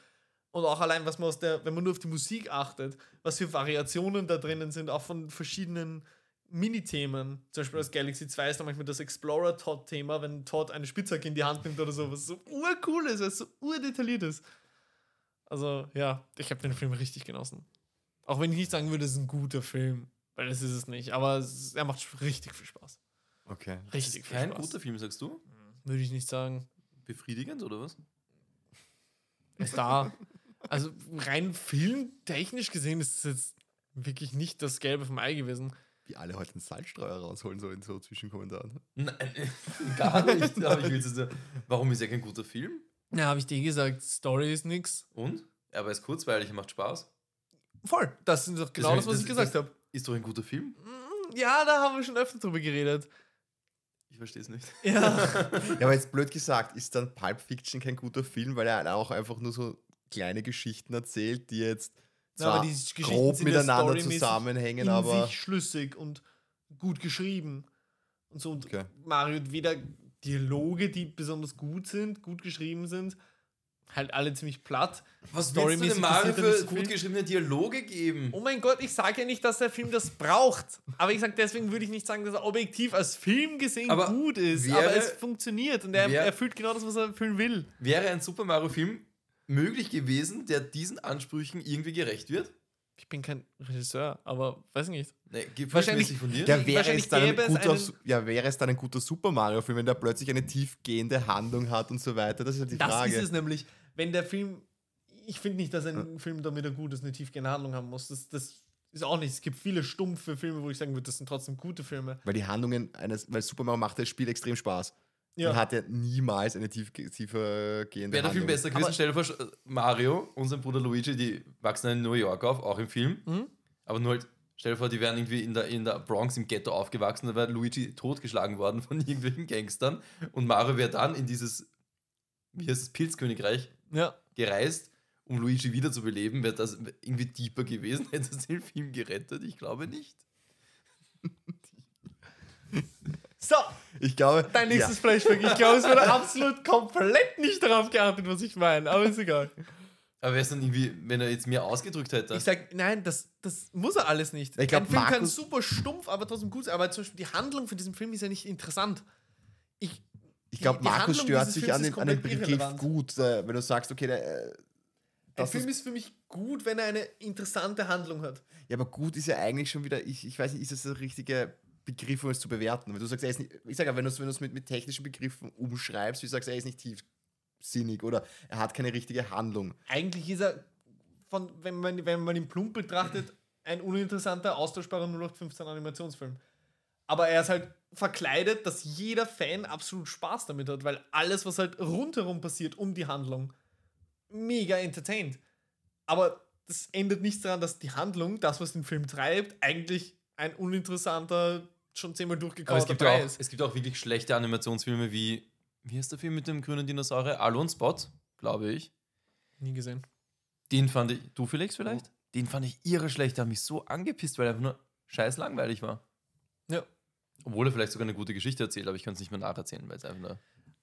Speaker 1: Und auch allein, was man aus der, wenn man nur auf die Musik achtet, was für Variationen da drinnen sind, auch von verschiedenen Minithemen. Zum Beispiel aus Galaxy 2 ist da manchmal das Explorer-Todd-Thema, wenn Todd eine Spitzhacke in die Hand nimmt oder so, was so urcool ist, was so urdetailliert ist. Also, ja, ich habe den Film richtig genossen. Auch wenn ich nicht sagen würde, es ist ein guter Film, weil das ist es nicht, aber es, er macht sch- richtig viel Spaß.
Speaker 2: Okay.
Speaker 3: Das
Speaker 1: Richtig
Speaker 3: ist
Speaker 1: viel
Speaker 3: kein
Speaker 1: Spaß.
Speaker 3: guter Film, sagst du?
Speaker 1: Würde ich nicht sagen.
Speaker 3: Befriedigend oder was?
Speaker 1: Er ist da. also, rein filmtechnisch gesehen ist es jetzt wirklich nicht das Gelbe vom Ei gewesen.
Speaker 2: Wie alle heute einen Salzstreuer rausholen sollen, so Zwischenkommentaren.
Speaker 3: Nein, gar nicht. Aber ich will's jetzt nur- Warum ist er kein guter Film?
Speaker 1: Na, habe ich dir gesagt, Story ist nix.
Speaker 3: Und? Aber er ist kurzweilig, er macht Spaß.
Speaker 1: Voll, das ist doch genau
Speaker 3: Deswegen-
Speaker 1: das, was
Speaker 3: das-
Speaker 1: ich gesagt
Speaker 3: das-
Speaker 1: habe.
Speaker 3: Ist doch ein guter Film?
Speaker 1: Ja, da haben wir schon öfter drüber geredet.
Speaker 3: Ich verstehe es nicht.
Speaker 1: Ja.
Speaker 2: Ja, aber jetzt blöd gesagt, ist dann Pulp Fiction kein guter Film, weil er auch einfach nur so kleine Geschichten erzählt, die jetzt
Speaker 1: Na, aber
Speaker 2: zwar
Speaker 1: die Geschichten
Speaker 2: grob
Speaker 1: sind ja
Speaker 2: miteinander
Speaker 1: storymäßig
Speaker 2: zusammenhängen,
Speaker 1: in
Speaker 3: Genau,
Speaker 2: aber.
Speaker 1: sich schlüssig und gut geschrieben. Und so und
Speaker 2: Okay.
Speaker 1: Mario hat weder Dialoge, die besonders gut sind, gut geschrieben sind, halt alle ziemlich platt.
Speaker 3: Was willst du
Speaker 1: Storymäßig
Speaker 3: dem Mario
Speaker 1: passiert da nicht
Speaker 3: für
Speaker 1: so viel.
Speaker 3: gut geschriebene Dialoge geben?
Speaker 1: Oh mein Gott, ich sage ja nicht, dass der Film das braucht. Aber ich sage, deswegen würde ich nicht sagen, dass er objektiv als Film gesehen
Speaker 3: Aber
Speaker 1: gut ist.
Speaker 3: wäre-
Speaker 1: aber es funktioniert und er
Speaker 3: wär-
Speaker 1: erfüllt genau das, was er erfüllen will.
Speaker 3: Wäre ein Super Mario-Film möglich gewesen, der diesen Ansprüchen irgendwie gerecht wird?
Speaker 1: Ich bin kein Regisseur, aber weiß nicht.
Speaker 3: Nee, gefühlsmäßig
Speaker 1: Wahrscheinlich-
Speaker 3: von dir.
Speaker 2: Ja, wäre
Speaker 1: Wahrscheinlich
Speaker 2: es, dann ein
Speaker 1: gäbe es
Speaker 2: guter,
Speaker 1: einen-
Speaker 2: Su- ja, wäre es dann ein guter Super Mario-Film, wenn der plötzlich eine tiefgehende Handlung hat und so weiter? Das ist ja die
Speaker 1: das
Speaker 2: Frage.
Speaker 1: ist es nämlich, wenn der Film. Ich finde nicht, dass ein Film, damit er gut ist, eine tiefgehende Handlung haben muss. Das, das ist auch nicht. Es gibt viele stumpfe Filme, wo ich sagen würde, das sind trotzdem gute Filme.
Speaker 2: Weil die Handlungen eines, weil Super Mario macht das Spiel extrem Spaß.
Speaker 1: Ja.
Speaker 2: Man hat ja niemals eine tief, tiefer gehende
Speaker 3: Wäre der Film
Speaker 2: Handlung.
Speaker 3: besser gewesen, stell dir vor, Sch- äh, Mario und sein Bruder Luigi, die wachsen in New York auf, auch im Film.
Speaker 1: Mhm.
Speaker 3: Aber nur halt, stell dir vor, die wären irgendwie in der, in der Bronx im Ghetto aufgewachsen, da wäre Luigi totgeschlagen worden von irgendwelchen Gangstern. Und Mario wäre dann in dieses, wie heißt es, Pilzkönigreich
Speaker 1: Ja.
Speaker 3: gereist, um Luigi wiederzubeleben. Wäre das irgendwie deeper gewesen, hätte es den Film gerettet? Ich glaube nicht.
Speaker 1: So,
Speaker 2: Ich glaube,
Speaker 1: dein nächstes Flashback. Ich glaube, es wurde absolut komplett nicht darauf geachtet, was ich meine. Aber ist egal.
Speaker 3: Aber wäre es dann irgendwie, wenn er jetzt mehr ausgedrückt hätte?
Speaker 1: Ich sag, nein, das, das muss er alles nicht.
Speaker 2: Ich glaub,
Speaker 1: Ein Film kann
Speaker 2: Markus-
Speaker 1: super stumpf, aber trotzdem gut sein. Aber zum Beispiel die Handlung von diesem Film ist ja nicht interessant. Ich,
Speaker 2: Ich glaube,
Speaker 1: die
Speaker 2: Markus
Speaker 1: Handlung
Speaker 2: stört
Speaker 1: dieses
Speaker 2: sich
Speaker 1: Films
Speaker 2: an
Speaker 1: ist
Speaker 2: den, an den
Speaker 1: komplett
Speaker 2: Begriff
Speaker 1: irrelevant.
Speaker 2: gut, äh, wenn du sagst, okay, der, äh,
Speaker 1: ein
Speaker 2: das
Speaker 1: Film ist für mich gut, wenn er eine interessante Handlung hat.
Speaker 2: Ja, aber gut ist ja eigentlich schon wieder, ich, ich weiß nicht, ist das der richtige Begriff, um es zu bewerten? Wenn du sagst, er ist nicht, ich sage ja, wenn du es wenn du es mit, mit technischen Begriffen umschreibst, wie du sagst, er ist nicht tiefsinnig oder er hat keine richtige Handlung.
Speaker 1: eigentlich ist er, von, wenn, man, wenn man ihn plump betrachtet, ein uninteressanter, austauschbarer 0815 Animationsfilm. Aber er ist halt verkleidet, dass jeder Fan absolut Spaß damit hat, weil alles, was halt rundherum passiert, um die Handlung, mega entertaint. Aber das ändert nichts daran, dass die Handlung, das, was den Film treibt, eigentlich ein uninteressanter, schon zehnmal
Speaker 3: Aber es
Speaker 1: durchgekauter
Speaker 3: gibt, ja
Speaker 1: Brei
Speaker 3: auch,
Speaker 1: ist.
Speaker 3: es gibt auch wirklich schlechte Animationsfilme wie, wie heißt der Film mit dem grünen Dinosaurier? Alone Spot, glaube ich.
Speaker 1: Nie gesehen.
Speaker 3: Den fand ich, du Felix vielleicht? Den fand ich irre schlecht, der hat mich so angepisst, weil er einfach nur scheiß langweilig war.
Speaker 1: Ja.
Speaker 3: Obwohl er vielleicht sogar eine gute Geschichte erzählt, aber ich kann es nicht mehr nacherzählen, weil es einfach nur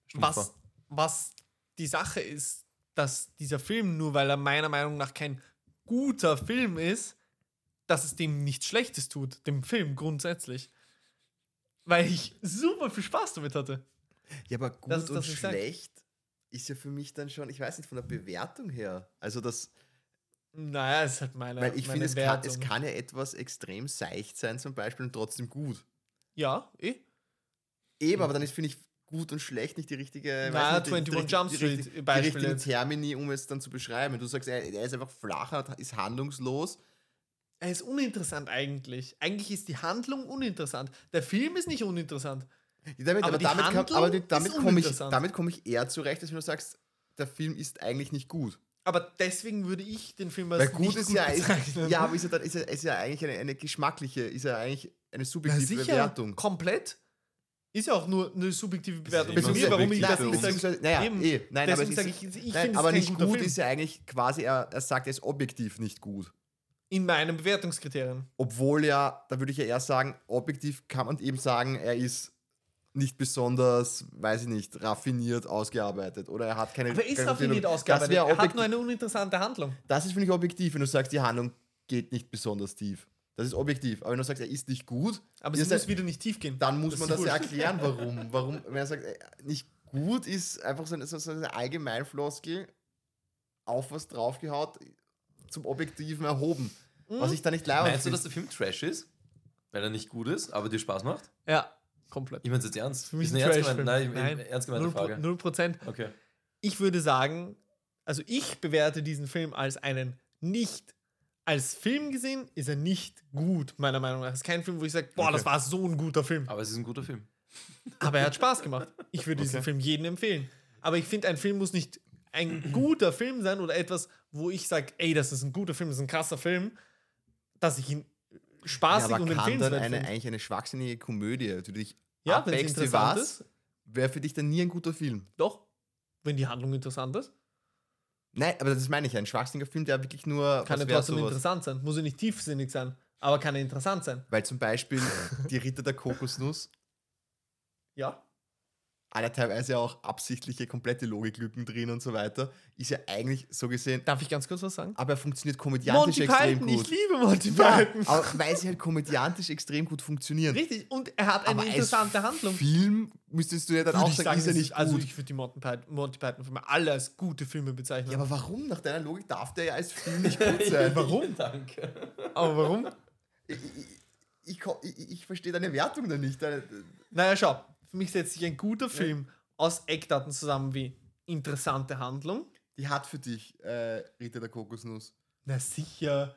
Speaker 3: stumpf
Speaker 1: was,
Speaker 3: war.
Speaker 1: was die Sache ist, dass dieser Film, nur weil er meiner Meinung nach kein guter Film ist, dass es dem nichts Schlechtes tut, dem Film grundsätzlich. Weil ich super viel Spaß damit hatte.
Speaker 2: Ja, aber gut
Speaker 1: Das ist das,
Speaker 2: und
Speaker 1: was ich sag.
Speaker 2: schlecht ist ja für mich dann schon, ich weiß nicht, von der Bewertung her. Also das,
Speaker 1: Naja, es hat meine.
Speaker 2: weil ich
Speaker 1: meine
Speaker 2: finde, es kann, es
Speaker 1: Wertung.
Speaker 2: kann ja etwas extrem seicht sein zum Beispiel und trotzdem gut.
Speaker 1: Ja, eh.
Speaker 2: Eben, aber dann ist, finde ich, gut und schlecht nicht die richtige,
Speaker 1: Na,
Speaker 2: weiß nicht, die-
Speaker 1: 21
Speaker 2: die,
Speaker 1: Jump
Speaker 2: die,
Speaker 1: Street
Speaker 2: richtig- die,
Speaker 1: Beispiel
Speaker 2: richtigen
Speaker 1: jetzt.
Speaker 2: Termini, um es dann zu beschreiben. Wenn du sagst, er, er ist einfach flacher, ist handlungslos.
Speaker 1: Er ist uninteressant eigentlich. Eigentlich ist die Handlung uninteressant. Der Film ist nicht uninteressant.
Speaker 2: Damit,
Speaker 1: Aber
Speaker 2: aber,
Speaker 1: die
Speaker 2: damit, kann,
Speaker 1: Handlung
Speaker 2: aber
Speaker 1: ist
Speaker 2: damit komme ich,
Speaker 1: uninteressant.
Speaker 2: damit komm ich eher zurecht, als wenn du sagst, der Film ist eigentlich nicht gut.
Speaker 1: Aber deswegen würde ich den Film als
Speaker 2: Weil gut
Speaker 1: nicht
Speaker 2: ist ja, ist,
Speaker 1: bezeichnen.
Speaker 2: ja, aber ist ja, dann, ist ja, ist ja eigentlich eine, eine geschmackliche, ist ja eigentlich eine
Speaker 1: Na
Speaker 2: subjektive
Speaker 1: sicher,
Speaker 2: Bewertung.
Speaker 1: komplett. Ist ja auch nur eine subjektive Bewertung
Speaker 3: immer
Speaker 1: von mir,
Speaker 3: subjektiv
Speaker 1: warum ich
Speaker 3: bei
Speaker 1: das
Speaker 3: uns.
Speaker 1: nicht sage.
Speaker 2: Beziehungsweise- naja,
Speaker 1: eben,
Speaker 2: eh, nein, aber
Speaker 1: deswegen
Speaker 2: es ist-
Speaker 1: sage ich, ich finde
Speaker 2: Nein,
Speaker 1: es
Speaker 2: aber
Speaker 1: kein
Speaker 2: nicht
Speaker 1: guter
Speaker 2: gut
Speaker 1: Film.
Speaker 2: ist ja eigentlich quasi, er, er sagt, er ist objektiv nicht gut.
Speaker 1: in meinen Bewertungskriterien.
Speaker 2: Obwohl ja, da würde ich ja eher sagen, objektiv kann man eben sagen, er ist nicht besonders, weiß ich nicht, raffiniert ausgearbeitet oder er hat keine.
Speaker 1: Aber ist
Speaker 2: keine
Speaker 1: raffiniert
Speaker 2: Verbindung.
Speaker 1: ausgearbeitet.
Speaker 2: Das, wär
Speaker 1: Er hat
Speaker 2: objektiv-
Speaker 1: nur eine uninteressante Handlung.
Speaker 2: das ist, finde ich, objektiv, wenn du sagst, die Handlung geht nicht besonders tief. Das ist objektiv. Aber wenn du sagst, er ist nicht gut,
Speaker 1: Aber
Speaker 2: ist
Speaker 1: sie
Speaker 2: er-
Speaker 1: muss wieder nicht tief gehen.
Speaker 2: dann muss
Speaker 1: Das
Speaker 2: man
Speaker 1: ist
Speaker 2: das ja
Speaker 1: wurscht.
Speaker 2: erklären, warum. Warum, wenn er sagt, äh, nicht gut ist einfach so eine, so so eine Allgemeinfloskel auf was draufgehaut, zum Objektiven erhoben. Was
Speaker 1: Mhm.
Speaker 2: ich da nicht leider
Speaker 3: Meinst du, dass der Film Trash ist? Weil er nicht gut ist, aber dir Spaß macht?
Speaker 1: Ja, komplett.
Speaker 3: Ich meine es jetzt ernst.
Speaker 1: Für mich
Speaker 3: ist
Speaker 1: ein
Speaker 3: eine ernst
Speaker 1: Trashfilm.
Speaker 3: gemeinte, nein,
Speaker 1: Nein,
Speaker 3: eine ernst gemeinte
Speaker 1: Null Pro-
Speaker 3: Frage.
Speaker 1: null Prozent.
Speaker 3: Okay.
Speaker 1: Ich würde sagen, also ich bewerte diesen Film als einen nicht. Als Film gesehen ist er nicht gut, meiner Meinung nach. Es ist kein Film, wo ich sage, boah,
Speaker 2: Okay.
Speaker 1: das war so ein guter Film.
Speaker 3: Aber es ist ein guter Film.
Speaker 1: Aber er hat Spaß gemacht. Ich würde diesen
Speaker 2: Okay.
Speaker 1: Film jedem empfehlen. Aber ich finde, ein Film muss nicht ein guter Film sein oder etwas, wo ich sage, ey, das ist ein guter Film, das ist ein krasser Film, dass ich ihn
Speaker 2: Ja,
Speaker 1: spaßig
Speaker 2: aber
Speaker 1: und
Speaker 2: kann dann
Speaker 1: empfehlenswert
Speaker 2: eine,
Speaker 1: finde.
Speaker 2: eigentlich eine schwachsinnige Komödie, die dich
Speaker 1: Ja, wenn es
Speaker 2: abwächst, die
Speaker 1: interessant
Speaker 2: was,
Speaker 1: ist.
Speaker 2: wäre für dich dann nie ein guter Film.
Speaker 1: Doch, wenn die Handlung interessant ist,
Speaker 2: Nein, aber das meine ich, ein schwachsinniger Film, der wirklich nur
Speaker 1: kann
Speaker 2: was
Speaker 1: er
Speaker 2: wär
Speaker 1: trotzdem interessant sein. Muss er nicht tiefsinnig sein, aber kann er interessant sein.
Speaker 2: Weil zum Beispiel die Ritter der Kokosnuss
Speaker 1: Ja.
Speaker 2: hat ja teilweise auch absichtliche, komplette Logiklücken drin und so weiter. Ist ja eigentlich so gesehen,
Speaker 1: Darf ich ganz kurz was sagen?
Speaker 2: aber er funktioniert komödiantisch
Speaker 1: Monty
Speaker 2: extrem
Speaker 1: Python,
Speaker 2: gut.
Speaker 1: ich liebe Monty
Speaker 2: Ja,
Speaker 1: Python.
Speaker 2: aber weil sie halt komödiantisch extrem gut funktionieren.
Speaker 1: Richtig, und er hat eine
Speaker 2: aber als
Speaker 1: interessante Handlung.
Speaker 2: Film müsstest du ja dann
Speaker 1: Würde
Speaker 2: auch
Speaker 1: ich
Speaker 2: sagen, ist ja
Speaker 1: es
Speaker 2: nicht gut.
Speaker 1: Also ich würde die Monty Python, Monty Python Filme alle als gute Filme bezeichnen.
Speaker 2: ja, aber warum? Nach deiner Logik darf der ja als Film nicht gut sein.
Speaker 1: Warum?
Speaker 3: Danke.
Speaker 1: Aber warum?
Speaker 2: ich, ich, ich, ko- ich, ich verstehe deine Wertung da nicht. Deine,
Speaker 1: Naja, schau, für mich setzt sich ein guter Film aus Eckdaten zusammen wie interessante Handlung.
Speaker 2: die hat für dich äh, Ritter der Kokosnuss.
Speaker 1: Na sicher.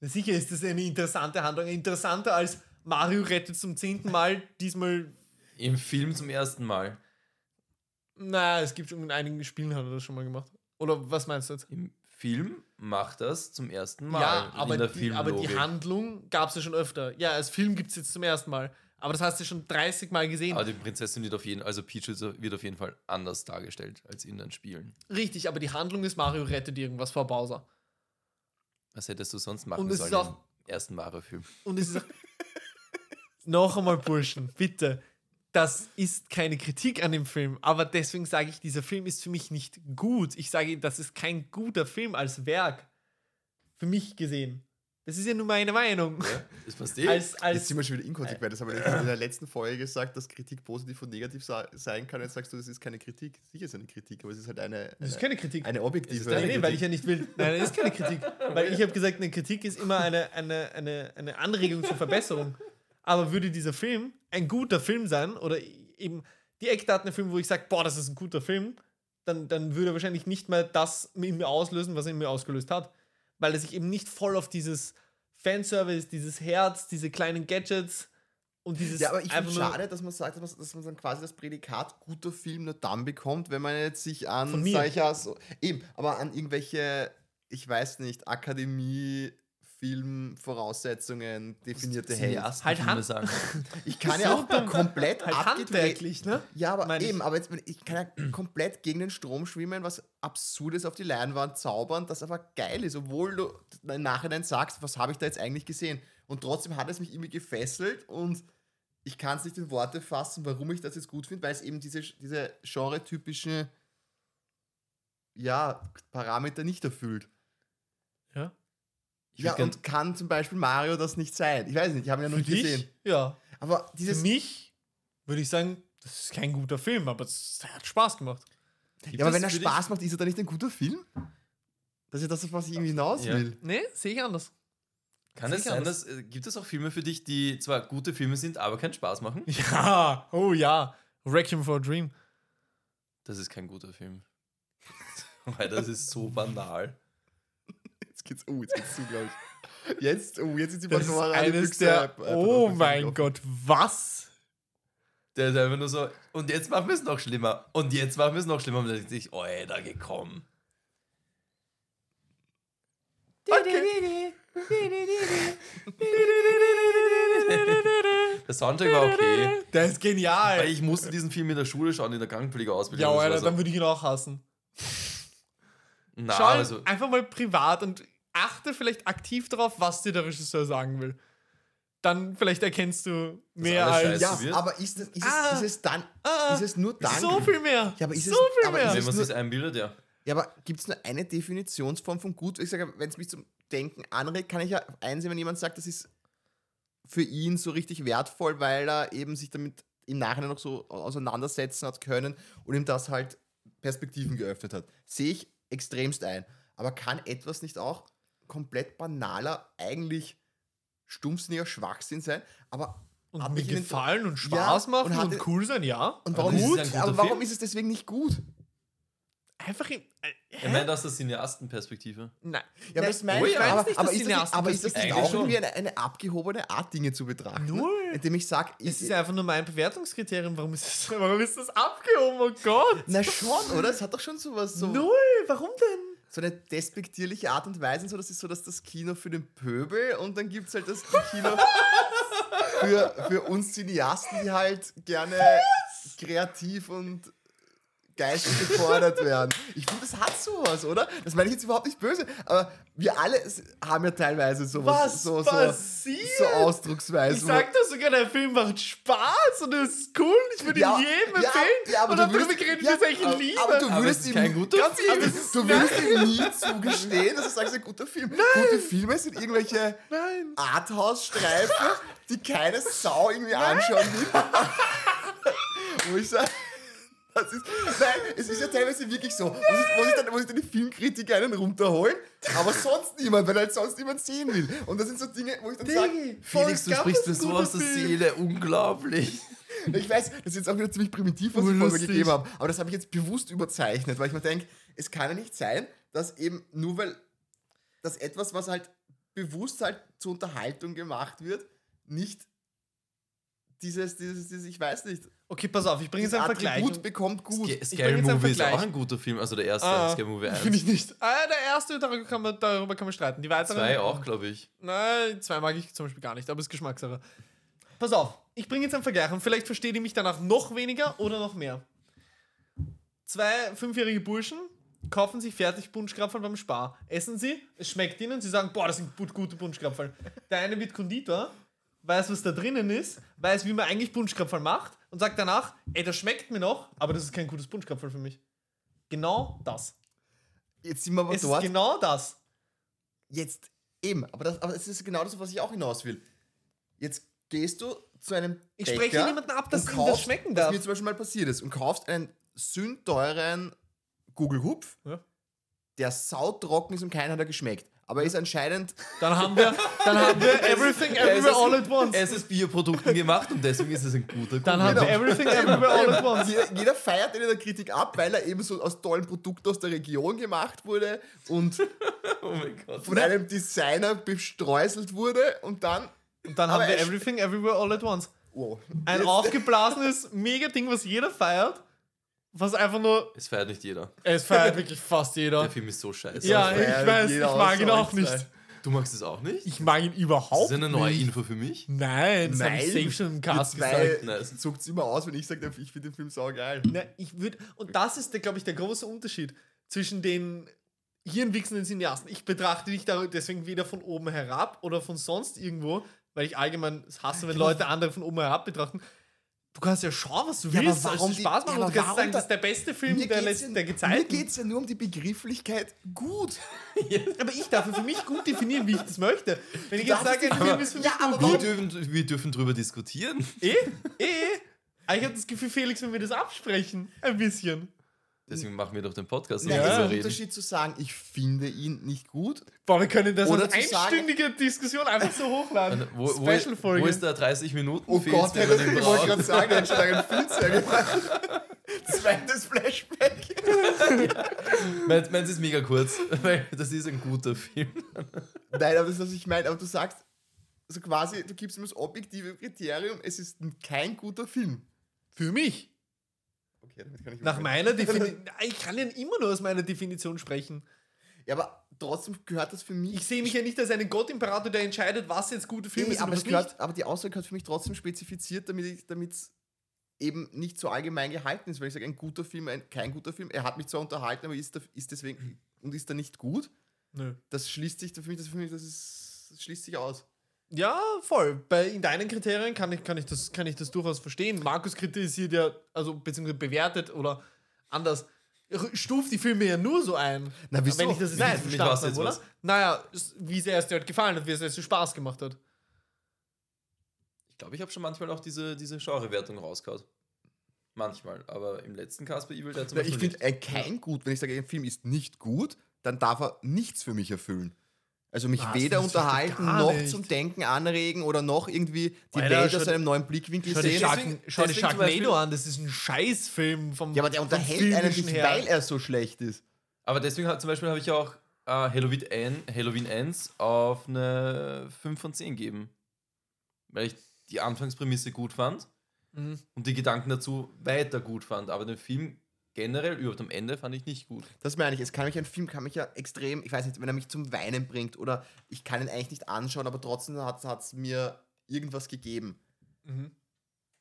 Speaker 1: Na sicher ist das eine interessante Handlung. Interessanter als Mario rettet zum zehnten Mal, diesmal.
Speaker 3: Im Film zum ersten Mal.
Speaker 1: Na, es gibt schon in einigen Spielen hat er das schon mal gemacht. Oder was meinst du jetzt?
Speaker 3: Im Film macht das zum ersten Mal.
Speaker 1: ja, aber,
Speaker 3: in der
Speaker 1: die, aber die
Speaker 3: Filmlogik.
Speaker 1: Handlung gab es ja schon öfter. Ja, als Film gibt es jetzt zum ersten Mal. Aber das hast du schon 30 Mal gesehen.
Speaker 3: Aber die Prinzessin wird auf jeden also Peach ist- wird auf jeden Fall anders dargestellt als in den Spielen.
Speaker 1: Richtig, aber die Handlung ist, Mario rettet irgendwas vor Bowser.
Speaker 3: Was hättest du sonst machen
Speaker 1: Und es
Speaker 3: sollen
Speaker 1: ist auch-
Speaker 3: im ersten Mario-Film?
Speaker 1: Und es ist auch noch einmal, Burschen, bitte. Das ist keine Kritik an dem Film, aber deswegen sage ich, dieser Film ist für mich nicht gut. Ich sage, das ist kein guter Film als Werk. Für mich gesehen. Das ist ja nur meine Meinung.
Speaker 3: Das verstehe
Speaker 1: Als,
Speaker 2: Jetzt
Speaker 1: als, Äh.
Speaker 2: sind wir schon wieder inkonsequent. Das haben wir in der letzten Folge gesagt, dass Kritik positiv und negativ sa- sein kann. Jetzt sagst du, das ist keine Kritik. Sicher ist eine Kritik, aber es ist halt eine,
Speaker 1: das ist
Speaker 2: eine,
Speaker 1: keine Kritik.
Speaker 2: eine objektive.
Speaker 1: Das ist Nein, weil ich ja nicht will. Nein, das ist keine Kritik. Weil ich habe gesagt, eine Kritik ist immer eine, eine, eine, eine Anregung zur Verbesserung. Aber würde dieser Film ein guter Film sein oder eben die Eckdaten der Film, wo ich sage, boah, das ist ein guter Film, dann, dann würde er wahrscheinlich nicht mehr das in mir auslösen, was er in mir ausgelöst hat. Weil er sich eben nicht voll auf dieses Fanservice, dieses Herz, diese kleinen Gadgets und dieses.
Speaker 2: Ja, aber ich finde
Speaker 1: einfach
Speaker 2: es
Speaker 1: nur-
Speaker 2: schade, dass man sagt, dass man, dass man dann quasi das Prädikat guter Film nur dann bekommt, wenn man jetzt sich an,
Speaker 1: Von mir.
Speaker 2: sag ich ja, so, eben, aber an irgendwelche ich weiß nicht, Akademie, Film, Voraussetzungen, definierte Held.
Speaker 3: Cineasten,
Speaker 1: Halt
Speaker 3: würde
Speaker 1: Hand-
Speaker 3: man sagen.
Speaker 2: Ich kann ja
Speaker 1: So
Speaker 2: auch komplett
Speaker 1: Halt
Speaker 2: abgedreht.
Speaker 1: handwerklich, ne?
Speaker 2: Ja, aber
Speaker 1: Meine ich.
Speaker 2: eben, aber jetzt, bin- ich kann ja komplett gegen den Strom schwimmen, was Absurdes auf die Leinwand zaubern, das aber geil ist, obwohl du im Nachhinein sagst, was habe ich da jetzt eigentlich gesehen? Und trotzdem hat es mich irgendwie gefesselt und ich kann es nicht in Worte fassen, warum ich das jetzt gut finde, weil es eben diese, diese genre-typischen ja, Parameter nicht erfüllt.
Speaker 1: Ja.
Speaker 3: Ich
Speaker 2: ja,
Speaker 3: würd gern-
Speaker 2: und kann zum Beispiel Mario das nicht sein. Ich weiß nicht, ich habe ihn ja noch
Speaker 1: Für
Speaker 2: nicht gesehen.
Speaker 1: dich? Ja.
Speaker 2: Aber
Speaker 1: Für
Speaker 2: dieses
Speaker 1: mich würde ich sagen, das ist kein guter Film, aber es hat Spaß gemacht.
Speaker 3: Gibt
Speaker 2: Ja, aber
Speaker 3: es
Speaker 2: wenn er
Speaker 3: für dich-
Speaker 2: Spaß macht, ist er dann nicht ein guter Film? Das ist das, auf was ich irgendwie hinaus
Speaker 3: Ja.
Speaker 2: will.
Speaker 1: Nee, sehe ich anders.
Speaker 3: Kann es
Speaker 1: Sicher,
Speaker 3: sein,
Speaker 1: das-
Speaker 3: dass, äh, gibt es auch Filme für dich, die zwar gute Filme sind, aber keinen Spaß machen?
Speaker 1: Ja, oh ja. Requiem for a Dream.
Speaker 3: Das ist kein guter Film. Weil das ist so banal.
Speaker 2: Jetzt geht's, oh, jetzt geht's zu, glaube ich. Jetzt, oh, jetzt ist die äh,
Speaker 1: Das ist
Speaker 2: Pandora eine
Speaker 1: eines
Speaker 2: Büchse
Speaker 1: der.
Speaker 2: ab- ab- ab-
Speaker 1: Oh
Speaker 2: ab-
Speaker 1: mein
Speaker 2: ab-
Speaker 1: Gott, was?
Speaker 3: Der ist einfach nur so, und jetzt machen wir es noch schlimmer. Und jetzt machen wir es noch schlimmer. Und dann denkt sich, oh, ey, da gekommen.
Speaker 1: Okay.
Speaker 3: Der Soundtrack war okay.
Speaker 1: Der ist genial.
Speaker 3: Weil ich musste diesen Film in der Schule schauen, in der Krankenpflegeausbildung.
Speaker 1: ja,
Speaker 3: Das war
Speaker 1: Alter,
Speaker 3: so,
Speaker 1: dann würde ich ihn auch hassen.
Speaker 3: na,
Speaker 1: Schau ihn
Speaker 3: also,
Speaker 1: einfach mal privat und achte vielleicht aktiv darauf, was dir der Regisseur sagen will. Dann vielleicht erkennst du mehr
Speaker 3: alles
Speaker 1: als.
Speaker 3: scheiße
Speaker 1: Ja,
Speaker 3: Weißt du,
Speaker 2: Ja,
Speaker 3: wie-
Speaker 2: aber ist es, ist,
Speaker 1: Ah.
Speaker 2: es, ist es dann,
Speaker 1: Ah.
Speaker 2: ist es nur dann?
Speaker 1: so viel mehr.
Speaker 2: Ja, aber ist
Speaker 1: so
Speaker 2: es-
Speaker 1: viel
Speaker 2: aber
Speaker 1: mehr.
Speaker 2: ist
Speaker 3: wenn
Speaker 2: es
Speaker 3: man
Speaker 2: nur-
Speaker 3: sich einbildet, ja.
Speaker 2: Ja, aber gibt es nur eine Definitionsform von gut? Ich sage, wenn es mich zum Denken anregt, kann ich ja einsehen, wenn jemand sagt, das ist für ihn so richtig wertvoll, weil er eben sich damit im Nachhinein noch so auseinandersetzen hat können und ihm das halt Perspektiven geöffnet hat. Sehe ich extremst ein. Aber kann etwas nicht auch komplett banaler, eigentlich stumpfsinniger Schwachsinn sein? Aber
Speaker 1: und
Speaker 2: hab
Speaker 1: mir
Speaker 2: ich ihn-
Speaker 1: gefallen und Spaß
Speaker 2: Ja,
Speaker 1: machen
Speaker 2: und
Speaker 1: und,
Speaker 2: hatte-
Speaker 1: cool sein, ja.
Speaker 2: Und
Speaker 3: Aber
Speaker 2: warum,
Speaker 3: ist es
Speaker 2: gut,
Speaker 3: ein guter
Speaker 2: aber warum
Speaker 3: Film?
Speaker 2: ist es deswegen nicht gut?
Speaker 1: Einfach in, äh,
Speaker 3: Ich meine, aus der Cineastenperspektive.
Speaker 1: nein.
Speaker 2: Ja, aber
Speaker 1: Nein,
Speaker 2: das meine
Speaker 1: ich
Speaker 2: ich,
Speaker 1: weiß
Speaker 2: aber,
Speaker 1: nicht,
Speaker 2: aber,
Speaker 1: dass
Speaker 2: ist
Speaker 1: die
Speaker 2: das nicht,
Speaker 1: Nerven
Speaker 2: aber ist das nicht
Speaker 3: Eigentlich
Speaker 2: auch
Speaker 3: schon.
Speaker 2: irgendwie eine, eine abgehobene Art, Dinge zu betrachten?
Speaker 1: Null.
Speaker 2: Indem ich sage,
Speaker 1: Das ist einfach nur mein Bewertungskriterium. Warum ist das, warum ist das abgehoben? Oh Gott.
Speaker 2: na schon, oder? Es hat doch schon sowas, so,
Speaker 1: Null. Warum denn?
Speaker 2: so eine despektierliche Art und Weise. und So, das ist so, dass das Kino für den Pöbel und dann gibt es halt das Kino für, für uns Cineasten, die halt gerne kreativ und geistig gefordert werden. Ich finde, das hat sowas, oder? Das meine ich jetzt überhaupt nicht böse, aber wir alle s- haben ja teilweise sowas.
Speaker 1: Was
Speaker 2: so, so,
Speaker 1: passiert?
Speaker 2: so Ausdrucksweise.
Speaker 1: Ich
Speaker 2: wo-
Speaker 1: sag doch sogar, der Film macht Spaß und es ist cool. Ich würde
Speaker 2: Ja,
Speaker 1: ihn jedem
Speaker 2: ja,
Speaker 1: empfehlen.
Speaker 2: ja, aber
Speaker 1: und
Speaker 2: du
Speaker 1: darüber
Speaker 2: würdest-
Speaker 1: reden
Speaker 2: ja,
Speaker 1: wir es eigentlich
Speaker 2: aber-
Speaker 1: lieber.
Speaker 2: aber du
Speaker 3: Aber
Speaker 2: würdest
Speaker 3: es ist
Speaker 2: ihm-
Speaker 3: kein guter
Speaker 1: Ganz
Speaker 3: Film.
Speaker 1: ehrlich.
Speaker 2: Du willst ihm nie zugestehen, dass du sagst, ein guter Film. Gute Filme sind irgendwelche
Speaker 1: Nein.
Speaker 2: Arthouse-Streifen, die keine Sau irgendwie anschauen will. Wo ich sage, das ist, nein, es ist ja teilweise wirklich so. Muss ich, muss ich, dann, muss ich dann die Filmkritiker einen runterholen, aber sonst niemand, weil halt sonst niemand sehen will. Und das sind so Dinge, wo ich dann sage,
Speaker 1: Digi,
Speaker 3: Felix, du
Speaker 1: Forrest Gump
Speaker 3: sprichst
Speaker 1: ist
Speaker 3: mir
Speaker 1: ein
Speaker 3: so
Speaker 1: guter
Speaker 3: aus der
Speaker 1: Film.
Speaker 3: Seele. Unglaublich.
Speaker 2: Ich weiß, das ist jetzt auch wieder ziemlich primitiv, was ich vorher
Speaker 1: Urlustig.
Speaker 2: gegeben habe, aber das habe ich jetzt bewusst überzeichnet, weil ich mir denke, es kann ja nicht sein, dass eben nur weil das etwas, was halt bewusst halt zur Unterhaltung gemacht wird, nicht dieses, dieses, dieses ich weiß nicht,
Speaker 1: Okay, pass auf, ich bringe jetzt einen Vergleich.
Speaker 2: gut bekommt gut.
Speaker 3: Sca-
Speaker 1: bring
Speaker 3: Scary
Speaker 1: jetzt einen
Speaker 3: Movie ist auch
Speaker 1: Vergleich.
Speaker 3: ein guter Film. Also der erste,
Speaker 1: Ah,
Speaker 3: Scary Movie 1.
Speaker 1: Finde ich nicht. Ah, der erste, darüber kann man, darüber kann man streiten. Die weiteren.
Speaker 3: Zwei auch, glaube ich.
Speaker 1: Nein, zwei mag ich zum Beispiel gar nicht, aber ist Geschmackssache. Pass auf, ich bringe jetzt einen Vergleich und vielleicht versteht ihr mich danach noch weniger oder noch mehr. Zwei fünfjährige Burschen kaufen sich fertig Bunschkrapfen beim Spar. Essen sie, es schmeckt ihnen, sie sagen, boah, das sind gut- gute Bunschkrapfen. Der eine wird Konditor, weiß, was da drinnen ist, weiß, wie man eigentlich Bunschkrapfen macht und sagt danach, ey, das schmeckt mir noch, aber das ist kein gutes Bunschkrapfen für mich. Genau das.
Speaker 2: Jetzt sind wir aber
Speaker 1: Es ist
Speaker 2: dort,
Speaker 1: genau das.
Speaker 2: jetzt eben, aber das, aber es ist genau das, was ich auch hinaus will. Jetzt gehst du zu einem
Speaker 1: Ich spreche
Speaker 2: Bäcker
Speaker 1: niemanden ab, dass
Speaker 2: und
Speaker 1: ihm
Speaker 2: kaufst,
Speaker 1: das schmecken
Speaker 2: was
Speaker 1: darf.
Speaker 2: mir zum Beispiel mal passiert ist, und kaufst einen sündteuren Google Hupf,
Speaker 1: Ja.
Speaker 2: der sautrocken ist und keiner hat er geschmeckt. Aber ist anscheinend,
Speaker 1: Dann haben wir, dann haben wir Everything Everywhere All at Once.
Speaker 3: Es ist Bioprodukten gemacht und deswegen ist es ein guter
Speaker 1: Dann haben
Speaker 3: Kunde.
Speaker 1: wir Everything Everywhere All at Once.
Speaker 2: jeder, jeder feiert ihn in der Kritik ab, weil er eben so aus tollen Produkten aus der Region gemacht wurde und
Speaker 3: Oh mein Gott.
Speaker 2: von einem Designer bestreuselt wurde und dann,
Speaker 1: Und dann
Speaker 2: Aber
Speaker 1: haben wir
Speaker 2: er-
Speaker 1: Everything Everywhere All at Once.
Speaker 2: wow.
Speaker 1: Ein aufgeblasenes Mega-Ding, was jeder feiert. Was einfach nur.
Speaker 3: Es feiert nicht jeder.
Speaker 1: Es feiert wirklich fast jeder.
Speaker 3: Der Film ist so scheiße. Also,
Speaker 1: Ja,
Speaker 2: Das feiert
Speaker 1: ich weiß, ich
Speaker 2: jeder
Speaker 1: mag ihn
Speaker 2: außer
Speaker 1: auch
Speaker 2: euch zwei.
Speaker 1: nicht.
Speaker 3: Du magst es auch nicht?
Speaker 1: Ich mag ihn
Speaker 3: Das
Speaker 1: überhaupt
Speaker 3: ist eine neue
Speaker 1: nicht.
Speaker 3: Info für mich.
Speaker 1: Nein, das habe ich
Speaker 2: Nein.
Speaker 1: safe schon im
Speaker 2: Ihr
Speaker 1: Cast gesagt.
Speaker 2: zwei
Speaker 3: Nice.
Speaker 2: zuckt immer aus, wenn ich sage, ich finde den Film saugeil.
Speaker 1: Na, ich würde, und das ist, glaube ich, der große Unterschied zwischen den hirnwichsenden Cineasten. Ich betrachte dich da deswegen weder von oben herab oder von sonst irgendwo, weil ich allgemein es hasse, wenn Leute andere von oben herab betrachten. Du kannst ja schauen, was du
Speaker 2: Ja, aber
Speaker 1: willst, warum
Speaker 2: warum
Speaker 1: es
Speaker 2: die-
Speaker 1: Spaß macht.
Speaker 2: ja,
Speaker 1: und du
Speaker 2: aber
Speaker 1: kannst
Speaker 2: warum
Speaker 1: sagen, das
Speaker 2: da-
Speaker 1: ist der beste Film der letzten, der
Speaker 2: mir
Speaker 1: gezeiten.
Speaker 2: geht's ja nur um die Begrifflichkeit gut.
Speaker 1: Aber ich darf für mich gut definieren, wie ich das möchte. Wenn ich jetzt
Speaker 2: darfst
Speaker 1: sage, ein
Speaker 2: es-
Speaker 1: Film ist für mich
Speaker 2: Ja, aber
Speaker 1: gut,
Speaker 3: Wir dürfen, wir dürfen drüber diskutieren.
Speaker 1: eh, eh, eh. Aber Ich habe das Gefühl, Felix, wenn wir das absprechen, ein bisschen.
Speaker 3: Deswegen machen wir doch den Podcast und
Speaker 2: Nein, es ist
Speaker 3: darüber
Speaker 2: ein
Speaker 3: reden.
Speaker 2: Unterschied zu sagen, ich finde ihn nicht gut.
Speaker 1: Boah, wir können das
Speaker 2: Oder
Speaker 1: als
Speaker 2: zu sagen-
Speaker 1: einstündige Diskussion einfach so hochladen.
Speaker 3: Wo, wo,
Speaker 1: Special-Folge.
Speaker 3: wo ist da 30 Minuten?
Speaker 2: Oh
Speaker 3: Fehlt's,
Speaker 2: Gott,
Speaker 3: wenn
Speaker 2: ja,
Speaker 3: man
Speaker 2: das,
Speaker 3: den
Speaker 2: ich
Speaker 3: braucht?
Speaker 2: wollte gerade sagen, er hat schon einen Film hergebracht. Zweites Flashback.
Speaker 3: Meins, meins ist mega kurz, weil das ist ein guter Film.
Speaker 2: Nein, aber das ist, was ich meine. Aber du sagst, also quasi, du gibst ihm das objektive Kriterium, es ist kein guter Film.
Speaker 1: Für mich.
Speaker 2: Okay, damit kann ich
Speaker 1: Nach
Speaker 2: umgehen.
Speaker 1: meiner Definition. Ich kann ja immer nur aus meiner Definition sprechen.
Speaker 2: Ja, aber trotzdem gehört das für mich.
Speaker 1: Ich sehe mich ja nicht als einen Gottimperator, der entscheidet, was jetzt gute Filme
Speaker 2: Nee,
Speaker 1: sind.
Speaker 2: aber,
Speaker 1: und
Speaker 2: es
Speaker 1: was nicht.
Speaker 2: gehört, aber die Aussage gehört für mich trotzdem spezifiziert, damit es eben nicht so allgemein gehalten ist, weil ich sage, ein guter Film, ein, kein guter Film. Er hat mich zwar unterhalten, aber ist, da, ist deswegen und ist da nicht gut.
Speaker 1: Nö.
Speaker 2: Das schließt sich für mich, das, für mich, das, ist, das schließt sich aus.
Speaker 1: Ja, voll. Bei, in deinen Kriterien kann ich, kann, ich das, kann ich das durchaus verstehen. Markus kritisiert ja, also beziehungsweise bewertet oder anders, r- stuft die Filme ja nur so ein.
Speaker 2: Na, wieso?
Speaker 1: Wenn ich das jetzt
Speaker 3: Mit-
Speaker 1: nicht
Speaker 3: mit
Speaker 1: verstanden
Speaker 3: was
Speaker 1: habe,
Speaker 3: jetzt
Speaker 1: oder?
Speaker 3: was?
Speaker 1: Naja, s- wie sehr es dir halt gefallen hat, wie sehr es dir Spaß gemacht hat.
Speaker 3: Ich glaube, ich habe schon manchmal auch diese, diese Genre-Wertung rausgehauen. Manchmal, aber im letzten Casper Evil, der zum
Speaker 2: Na,
Speaker 3: Beispiel.
Speaker 2: ich finde äh, kein gut, wenn ich sage, ein Film ist nicht gut, dann darf er nichts für mich erfüllen. Also mich
Speaker 1: Was?
Speaker 2: weder
Speaker 1: Das ist doch
Speaker 2: unterhalten,
Speaker 1: gar
Speaker 2: noch
Speaker 1: nicht.
Speaker 2: zum Denken anregen oder noch irgendwie die
Speaker 1: Alter,
Speaker 2: Welt
Speaker 1: schau-
Speaker 2: aus einem neuen Blickwinkel
Speaker 1: Schau dir
Speaker 2: sehen.
Speaker 3: Shark-
Speaker 1: Shark-
Speaker 3: deswegen-
Speaker 1: schau dir
Speaker 3: deswegen zum
Speaker 1: Sharknado
Speaker 3: Beispiel-
Speaker 1: an, das ist ein Scheißfilm vom.
Speaker 2: Ja, aber der
Speaker 1: vom
Speaker 2: unterhält einen
Speaker 1: filmischen
Speaker 2: nicht,
Speaker 1: her.
Speaker 2: weil er so schlecht ist.
Speaker 3: Aber deswegen hat zum Beispiel habe ich ja auch äh, Halloween, N, Halloween Ends auf eine 5 von 10 gegeben. Weil ich die Anfangsprämisse gut fand
Speaker 1: Mhm.
Speaker 3: und die Gedanken dazu weiter gut fand. Aber den Film generell, überhaupt am Ende, fand ich nicht gut.
Speaker 2: Das meine ich. Es kann mich ein Film kann mich ja extrem, ich weiß nicht, wenn er mich zum Weinen bringt oder ich kann ihn eigentlich nicht anschauen, aber trotzdem hat es mir irgendwas gegeben.
Speaker 1: Mhm.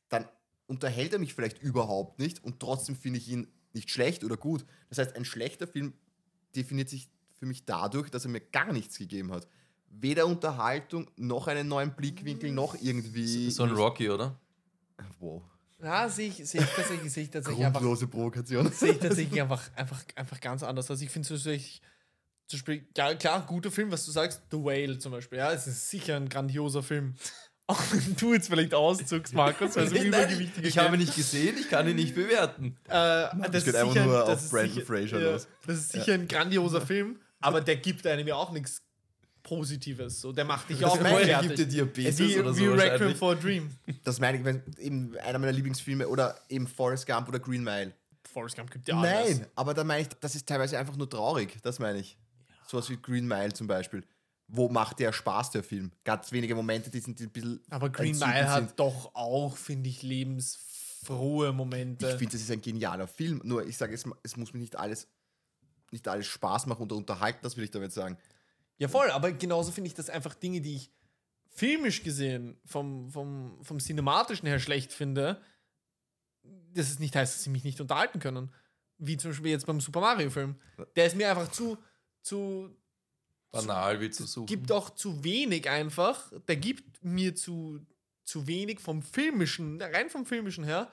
Speaker 2: Dann unterhält er mich vielleicht überhaupt nicht und trotzdem finde ich ihn nicht schlecht oder gut. Das heißt, ein schlechter Film definiert sich für mich dadurch, dass er mir gar nichts gegeben hat. Weder Unterhaltung, noch einen neuen
Speaker 1: Hm.
Speaker 2: Blickwinkel, noch irgendwie.
Speaker 3: So ein Rocky, oder?
Speaker 2: Wow.
Speaker 1: Ja, sehe ich, sehe ich tatsächlich, sehe ich tatsächlich einfach
Speaker 2: Grundlose Provokation.
Speaker 1: sehe ich tatsächlich einfach, einfach, einfach ganz anders. Also ich finde es tatsächlich, zum Beispiel, ja klar, guter Film, was du sagst, The Whale zum Beispiel, ja, es ist sicher ein grandioser Film. Auch wenn du jetzt vielleicht auszuckst, Markus, weil es um
Speaker 3: Nein,
Speaker 1: Übergewichtige
Speaker 3: ich habe ihn nicht gesehen, ich kann ihn nicht bewerten.
Speaker 1: äh, das,
Speaker 2: geht
Speaker 1: ist
Speaker 2: einfach
Speaker 1: sicher,
Speaker 2: nur
Speaker 1: das
Speaker 2: auf
Speaker 1: ist
Speaker 2: Brandon
Speaker 1: sicher,
Speaker 2: Fraser
Speaker 1: ja,
Speaker 2: los.
Speaker 1: Das ist sicher ein grandioser Film, aber der gibt einem ja auch nichts Positives. So. Der macht dich auch
Speaker 3: Das meine ich,
Speaker 1: fertig.
Speaker 3: gibt dir Diabetes
Speaker 1: wie
Speaker 3: oder so
Speaker 1: wie Requiem
Speaker 3: wahrscheinlich.
Speaker 1: for a Dream.
Speaker 2: Das meine ich, wenn eben einer meiner Lieblingsfilme oder eben Forrest Gump oder Green Mile.
Speaker 1: Forrest Gump gibt ja alles.
Speaker 2: Nein, aber da meine ich, das ist teilweise einfach nur traurig. Das meine ich. Sowas wie Green Mile zum Beispiel. Wo macht der Spaß, der Film? Ganz wenige Momente, die sind die ein bisschen.
Speaker 1: Aber Green
Speaker 2: entzückend
Speaker 1: Mile
Speaker 2: sind.
Speaker 1: hat doch auch, finde ich, lebensfrohe Momente.
Speaker 2: Ich finde, das ist ein genialer Film. Nur ich sage, es, es muss mir nicht alles, nicht alles Spaß machen oder unterhalten, das will ich damit sagen.
Speaker 1: Ja, voll, aber genauso finde ich das einfach Dinge, die ich filmisch gesehen vom, vom, vom Cinematischen her schlecht finde, dass es nicht heißt, dass sie mich nicht unterhalten können. Wie zum Beispiel jetzt beim Super Mario-Film. Der ist mir einfach zu, zu,
Speaker 3: Banal wie zu suchen.
Speaker 1: gibt auch zu wenig einfach. Der gibt mir zu, zu wenig vom Filmischen, rein vom Filmischen her,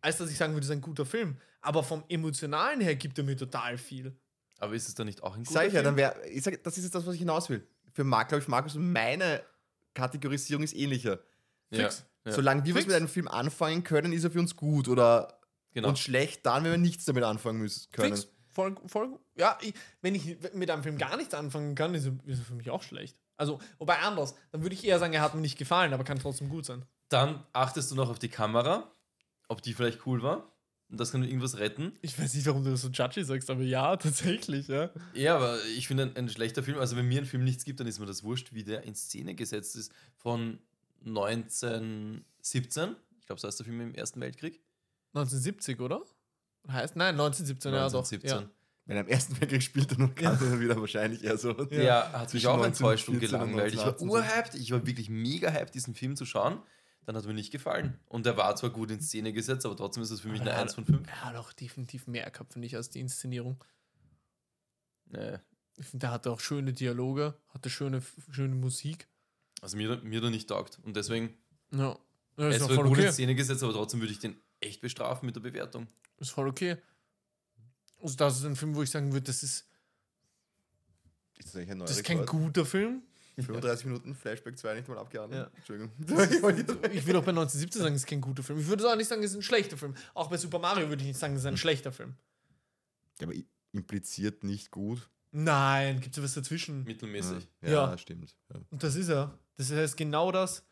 Speaker 1: als dass ich sagen würde, es ist ein guter Film. Aber vom Emotionalen her gibt er mir total viel.
Speaker 3: Aber ist es dann nicht auch ein guter
Speaker 2: Sag ich ja,
Speaker 3: Film?
Speaker 2: dann wäre. Ich sag, das ist jetzt das, was ich hinaus will. Für Marc, glaube ich, Markus, meine Kategorisierung ist ähnlicher.
Speaker 3: ja, ja,
Speaker 2: Solange wir was
Speaker 1: Fix.
Speaker 2: mit einem Film anfangen können, ist er für uns gut oder
Speaker 3: genau.
Speaker 2: und schlecht dann, wenn wir nichts damit anfangen müssen können.
Speaker 1: Fix. Voll, voll, ja, ich, wenn ich mit einem Film gar nichts anfangen kann, ist er, ist er für mich auch schlecht. Also, wobei anders, dann würde ich eher sagen, er hat mir nicht gefallen, aber kann trotzdem gut sein.
Speaker 3: Dann achtest du noch auf die Kamera, ob die vielleicht cool war. Und das kann irgendwas retten.
Speaker 1: Ich weiß nicht, warum du das so judgy sagst, aber ja, tatsächlich, ja.
Speaker 3: Ja, aber ich finde, ein, ein schlechter Film, also wenn mir ein Film nichts gibt, dann ist mir das wurscht, wie der in Szene gesetzt ist. Von 1917, ich glaube, so heißt der Film im Ersten Weltkrieg.
Speaker 1: 1970, oder? Heißt, nein, 1917, ja Genau, doch.
Speaker 3: 1917.
Speaker 2: Wenn er im Ersten Weltkrieg spielt, dann kann er wieder wahrscheinlich eher so.
Speaker 3: Ja, hat mich
Speaker 2: Zwischen
Speaker 3: auch enttäuscht und
Speaker 2: 1914 und
Speaker 3: gelangweilt. Ich war
Speaker 2: 1918 so.
Speaker 3: urhyped, ich war wirklich mega hyped, diesen Film zu schauen. Dann hat er mir nicht gefallen. Und der war zwar gut in Szene gesetzt, aber trotzdem ist es für mich
Speaker 1: Aber
Speaker 3: eine
Speaker 1: der
Speaker 3: 1 von 5.
Speaker 1: Ja. Er hat auch definitiv mehr gehabt, finde ich, als die Inszenierung.
Speaker 3: Nee.
Speaker 1: Ich finde, der hatte auch schöne Dialoge, hatte schöne, schöne Musik.
Speaker 3: Also mir, mir da nicht taugt. Und deswegen,
Speaker 1: Ja, ja
Speaker 3: es
Speaker 1: ist,
Speaker 3: war
Speaker 1: doch voll
Speaker 3: gut in
Speaker 1: okay.
Speaker 3: Szene gesetzt, aber trotzdem würde ich den echt bestrafen mit der Bewertung.
Speaker 1: Ist voll okay. Also, das ist ein Film, wo ich sagen würde, das ist,
Speaker 2: Ist das eigentlich ein neuer
Speaker 1: das ist kein
Speaker 2: Rekord?
Speaker 1: guter Film.
Speaker 2: 35 Minuten, Flashback 2 nicht mal abgehandelt.
Speaker 1: Ja.
Speaker 2: Entschuldigung.
Speaker 1: Ich würde auch bei 1917 sagen, das ist kein guter Film. Ich würde auch nicht sagen, das ist ein schlechter Film. Auch bei Super Mario würde ich nicht sagen, das ist
Speaker 2: Hm.
Speaker 1: ein schlechter Film.
Speaker 2: Ja, aber i- impliziert nicht gut.
Speaker 1: Nein, gibt es was dazwischen.
Speaker 3: Mittelmäßig.
Speaker 2: Ja,
Speaker 1: Ja.
Speaker 2: stimmt. Ja.
Speaker 1: Und das ist er. Das heißt genau das.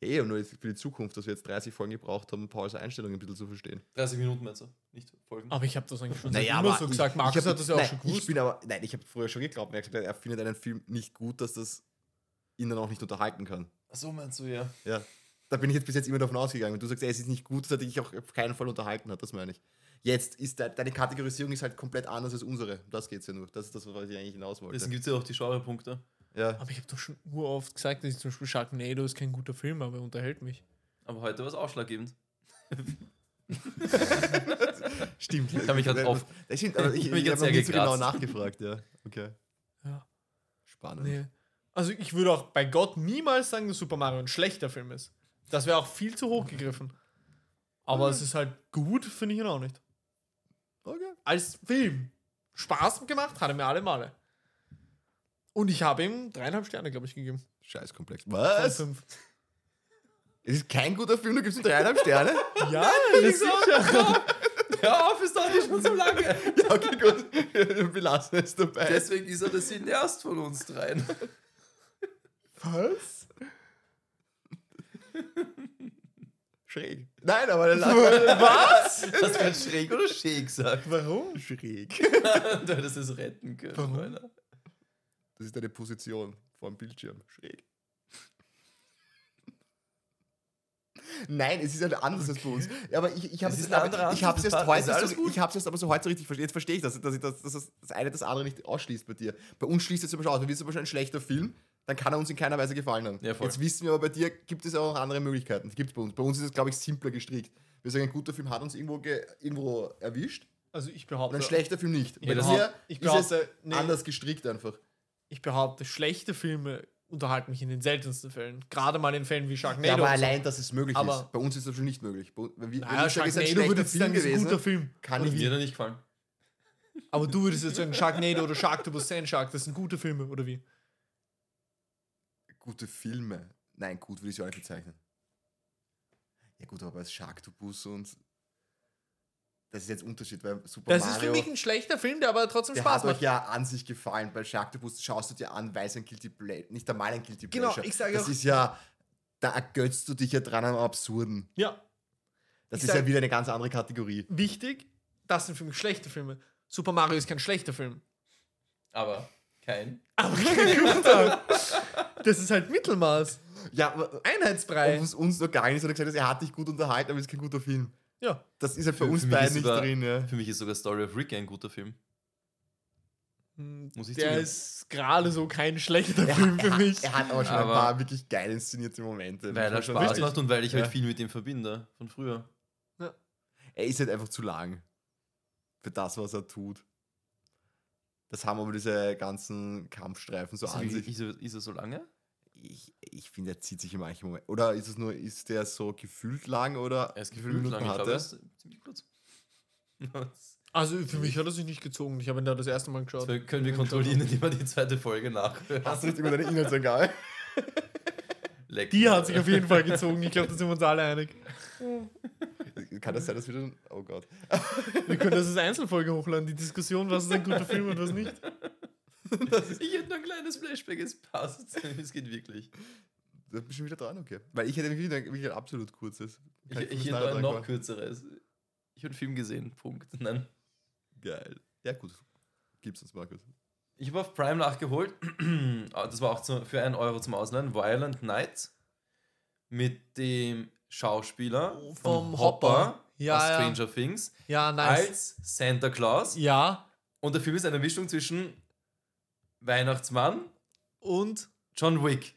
Speaker 2: Ja, eh, und nur jetzt für die Zukunft, dass wir jetzt 30 Folgen gebraucht haben, Pauls Einstellung ein bisschen zu verstehen.
Speaker 3: 30 Minuten meinst du? Nicht folgen.
Speaker 1: Aber ich habe das eigentlich schon seit immer so gesagt. Markus hat das ja auch
Speaker 2: nein,
Speaker 1: schon
Speaker 2: Ich
Speaker 1: gewusst.
Speaker 2: bin aber, nein, ich habe früher schon geglaubt, er, hat gesagt, er findet einen Film nicht gut, dass das ihn dann auch nicht unterhalten kann.
Speaker 3: Ach So meinst du, ja.
Speaker 2: Ja. Da bin ich jetzt bis jetzt immer davon ausgegangen. Wenn du sagst, ey, es ist nicht gut, dass er dich auch auf keinen Fall unterhalten hat, das meine ich. Jetzt ist de deine Kategorisierung ist halt komplett anders als unsere. Um Das geht's ja nur. Das ist das, was ich eigentlich hinaus
Speaker 3: Deswegen
Speaker 2: wollte.
Speaker 3: gibt es ja auch die Genrepunkte.
Speaker 2: Ja.
Speaker 1: Aber ich habe doch schon uroft gesagt, dass ich zum Beispiel Sharknado ist kein guter Film, aber er unterhält mich.
Speaker 3: Aber heute war es ausschlaggebend.
Speaker 2: Stimmt.
Speaker 3: Ich hab mich grad auf-
Speaker 2: Das stimmt, aber ich,
Speaker 3: Ich
Speaker 2: ich,
Speaker 3: hab mich grad
Speaker 2: habe noch
Speaker 3: sehr
Speaker 2: nicht so genau
Speaker 3: gekratzt.
Speaker 2: nachgefragt, ja. Okay.
Speaker 1: Ja,
Speaker 2: Spannend.
Speaker 1: nee. Also ich würde auch bei Gott niemals sagen, dass Super Mario ein schlechter Film ist. Das wäre auch viel zu hoch gegriffen. Aber es ist halt gut, finde ich ihn auch nicht.
Speaker 2: Okay.
Speaker 1: Als Film. Spaß gemacht hat er mir alle Male. Und ich habe ihm dreieinhalb Sterne, glaube ich, gegeben.
Speaker 2: Scheißkomplex.
Speaker 1: Von
Speaker 2: Was?
Speaker 1: fünf.
Speaker 2: Es ist kein guter Film, du gibst ihm dreieinhalb Sterne?
Speaker 1: Ja, das ist sicher.
Speaker 3: Ja, auf, ist doch nicht schon so lange.
Speaker 2: ja, okay, gut. Wir lassen es dabei.
Speaker 3: Deswegen ist er der Cineast von uns dreien.
Speaker 1: Was?
Speaker 2: schräg. Nein, aber dann lassen
Speaker 1: Was?
Speaker 3: Hast du gerade schräg oder schäg gesagt?
Speaker 1: Warum?
Speaker 2: wir schräg.
Speaker 3: Du hättest es retten können.
Speaker 1: Warum?
Speaker 3: Alter.
Speaker 2: Das ist deine Position vor dem Bildschirm. Schräg. Nein, es ist halt anders als bei uns. Ja, aber ich, ich habe
Speaker 3: Es
Speaker 2: es
Speaker 3: ist
Speaker 2: jetzt,
Speaker 3: eine
Speaker 2: aber-
Speaker 3: andere
Speaker 2: ich hab's
Speaker 3: Ansichtspa-
Speaker 2: erst
Speaker 3: ist
Speaker 2: heute
Speaker 3: alles
Speaker 2: so,
Speaker 3: gut?
Speaker 2: ich hab's erst aber so heute so richtig verstanden. Jetzt verstehe ich das, dass, ich, dass, dass das- das eine das andere nicht ausschließt bei dir. Bei uns schließt es zum Beispiel aus. Wenn wir zum Beispiel ein schlechter Film, dann kann er uns in keiner Weise gefallen haben.
Speaker 3: Ja, voll.
Speaker 2: jetzt wissen wir aber, bei dir gibt es auch noch andere Möglichkeiten. Die gibt es bei uns. Bei uns ist es, glaube ich, simpler gestrickt. Wir sagen, ein guter Film hat uns irgendwo, ge irgendwo erwischt
Speaker 1: Also ich
Speaker 2: und
Speaker 1: behaupte,
Speaker 2: ein schlechter Film nicht. Und
Speaker 1: Ja,
Speaker 2: bei
Speaker 1: das-
Speaker 2: dir
Speaker 1: ich
Speaker 2: ist es
Speaker 1: behaupte, nee.
Speaker 2: anders gestrickt einfach.
Speaker 1: ich behaupte, schlechte Filme unterhalten mich in den seltensten Fällen. Gerade mal in Fällen wie Sharknado.
Speaker 2: Ja, aber
Speaker 1: oder so.
Speaker 2: allein, dass es möglich
Speaker 1: Aber-
Speaker 2: ist. Bei uns ist das schon nicht möglich. Bei, wenn wir,
Speaker 1: Naja,
Speaker 2: wenn ich sage, es ist
Speaker 1: Also
Speaker 2: ein
Speaker 1: Sharknado
Speaker 2: schlechter
Speaker 1: würde ich
Speaker 2: Film
Speaker 1: sagen, ist ein
Speaker 2: gewesen, ne?
Speaker 1: guter Film.
Speaker 2: kann
Speaker 3: Hat
Speaker 2: ich
Speaker 3: mir da nicht gefallen.
Speaker 1: Aber du würdest jetzt sagen, Sharknado oder Sharktopus, Sand Shark, das sind gute Filme, oder wie?
Speaker 2: gute Filme. Nein, gut würde ich sie auch nicht bezeichnen. Ja gut, aber als Sharktopus und das ist jetzt ein Unterschied, weil Super
Speaker 1: Das ist für
Speaker 2: Mario,
Speaker 1: mich ein schlechter Film, der aber trotzdem
Speaker 2: der
Speaker 1: Spaß
Speaker 2: hat euch
Speaker 1: macht.
Speaker 2: ja an sich gefallen. Bei Sharktopus schaust du dir an, weil es ein Guilty Pleasure, nicht einmal ein Guilty
Speaker 1: Genau,
Speaker 2: Pleasure.
Speaker 1: ich sage
Speaker 2: das
Speaker 1: auch-
Speaker 2: ist ja, da ergötzt du dich ja dran am Absurden.
Speaker 1: Ja,
Speaker 2: Das
Speaker 1: Ich
Speaker 2: ist
Speaker 1: sag-
Speaker 2: ja wieder eine ganz andere Kategorie.
Speaker 1: wichtig, das sind für mich schlechte Filme. Super Mario ist kein schlechter Film.
Speaker 3: Aber kein.
Speaker 1: Aber kein guter. Das ist halt Mittelmaß.
Speaker 2: Ja, aber
Speaker 1: Einheitsbrei.
Speaker 2: ob es uns nur gegangen ist, hat er gesagt, er hat dich gut unterhalten, aber es ist kein guter Film.
Speaker 1: Ja.
Speaker 2: Das ist ja für,
Speaker 3: Für-
Speaker 2: uns
Speaker 3: für mich
Speaker 2: beide
Speaker 3: ist
Speaker 2: nicht
Speaker 3: sogar-
Speaker 2: drin, ja.
Speaker 3: Für mich ist sogar Story of Rick ein guter Film.
Speaker 2: Hm,
Speaker 3: Muss ich
Speaker 1: Der
Speaker 3: zugeben.
Speaker 1: ist gerade so kein schlechter
Speaker 2: Er,
Speaker 1: Film für
Speaker 2: er,
Speaker 1: mich.
Speaker 2: er hat aber schon
Speaker 3: Aber-
Speaker 2: ein paar wirklich geil inszenierte Momente.
Speaker 3: Weil er
Speaker 2: muss man schon
Speaker 3: Spaß
Speaker 2: sagen.
Speaker 3: macht und weil ich halt
Speaker 2: Ja.
Speaker 3: viel mit dem verbinde von früher.
Speaker 2: Er ist halt einfach zu lang. Für das, was er tut. Das haben aber diese ganzen Kampfstreifen so
Speaker 3: Ist
Speaker 2: an
Speaker 3: er,
Speaker 2: sich.
Speaker 3: ist, er, ist er so lange?
Speaker 2: Ich, ich finde, er zieht sich in manchen Momenten. Oder ist es nur, ist der so gefühlt lang oder
Speaker 3: Er ist
Speaker 2: wie viele
Speaker 3: gefühlt lange.
Speaker 2: Minuten
Speaker 3: Ich
Speaker 2: hat
Speaker 3: glaube, er
Speaker 2: er?
Speaker 3: ist ziemlich kurz. Das
Speaker 1: Also für mich hat er sich nicht gezogen. Ich habe ihn da das erste Mal geschaut.
Speaker 3: können wir kontrollieren, indem wir die zweite Folge
Speaker 2: Hast
Speaker 3: nachhören.
Speaker 2: du nicht immer deine Inhaltsangabe?
Speaker 3: Leck
Speaker 1: Die
Speaker 3: mich,
Speaker 1: hat sich
Speaker 3: Alter.
Speaker 1: auf jeden Fall gezogen. Ich glaube, da sind wir uns alle einig.
Speaker 2: Kann das sein, dass wir dann. Oh Gott.
Speaker 1: Wir können das als Einzelfolge hochladen, die Diskussion, was ist ein guter Film und was nicht.
Speaker 3: Ich hätte nur ein kleines Flashback, es passt. Es geht wirklich.
Speaker 2: Da bist du wieder dran, okay. Weil ich hätte nämlich wieder wirklich ein absolut kurzes.
Speaker 3: Ich,
Speaker 2: Kann
Speaker 3: ich
Speaker 2: bis
Speaker 3: hätte
Speaker 2: nachher
Speaker 3: noch ein
Speaker 2: dran
Speaker 3: noch
Speaker 2: kommen.
Speaker 3: kürzeres. Ich habe einen Film gesehen, Punkt. Nein.
Speaker 2: Geil. Ja, gut. Gib's uns, Markus.
Speaker 3: Ich habe auf Prime nachgeholt, ah, das war auch zu, für einen Euro zum Ausleihen, Violent Night mit dem Schauspieler
Speaker 1: Oh,
Speaker 3: vom
Speaker 1: vom
Speaker 3: Hopper,
Speaker 1: Hopper.
Speaker 3: aus
Speaker 1: Ja, ja,
Speaker 3: Stranger Things
Speaker 1: ja, nice.
Speaker 3: als Santa Claus.
Speaker 1: Ja,
Speaker 3: Und der Film ist eine Mischung zwischen Weihnachtsmann,
Speaker 1: und.
Speaker 3: John Wick.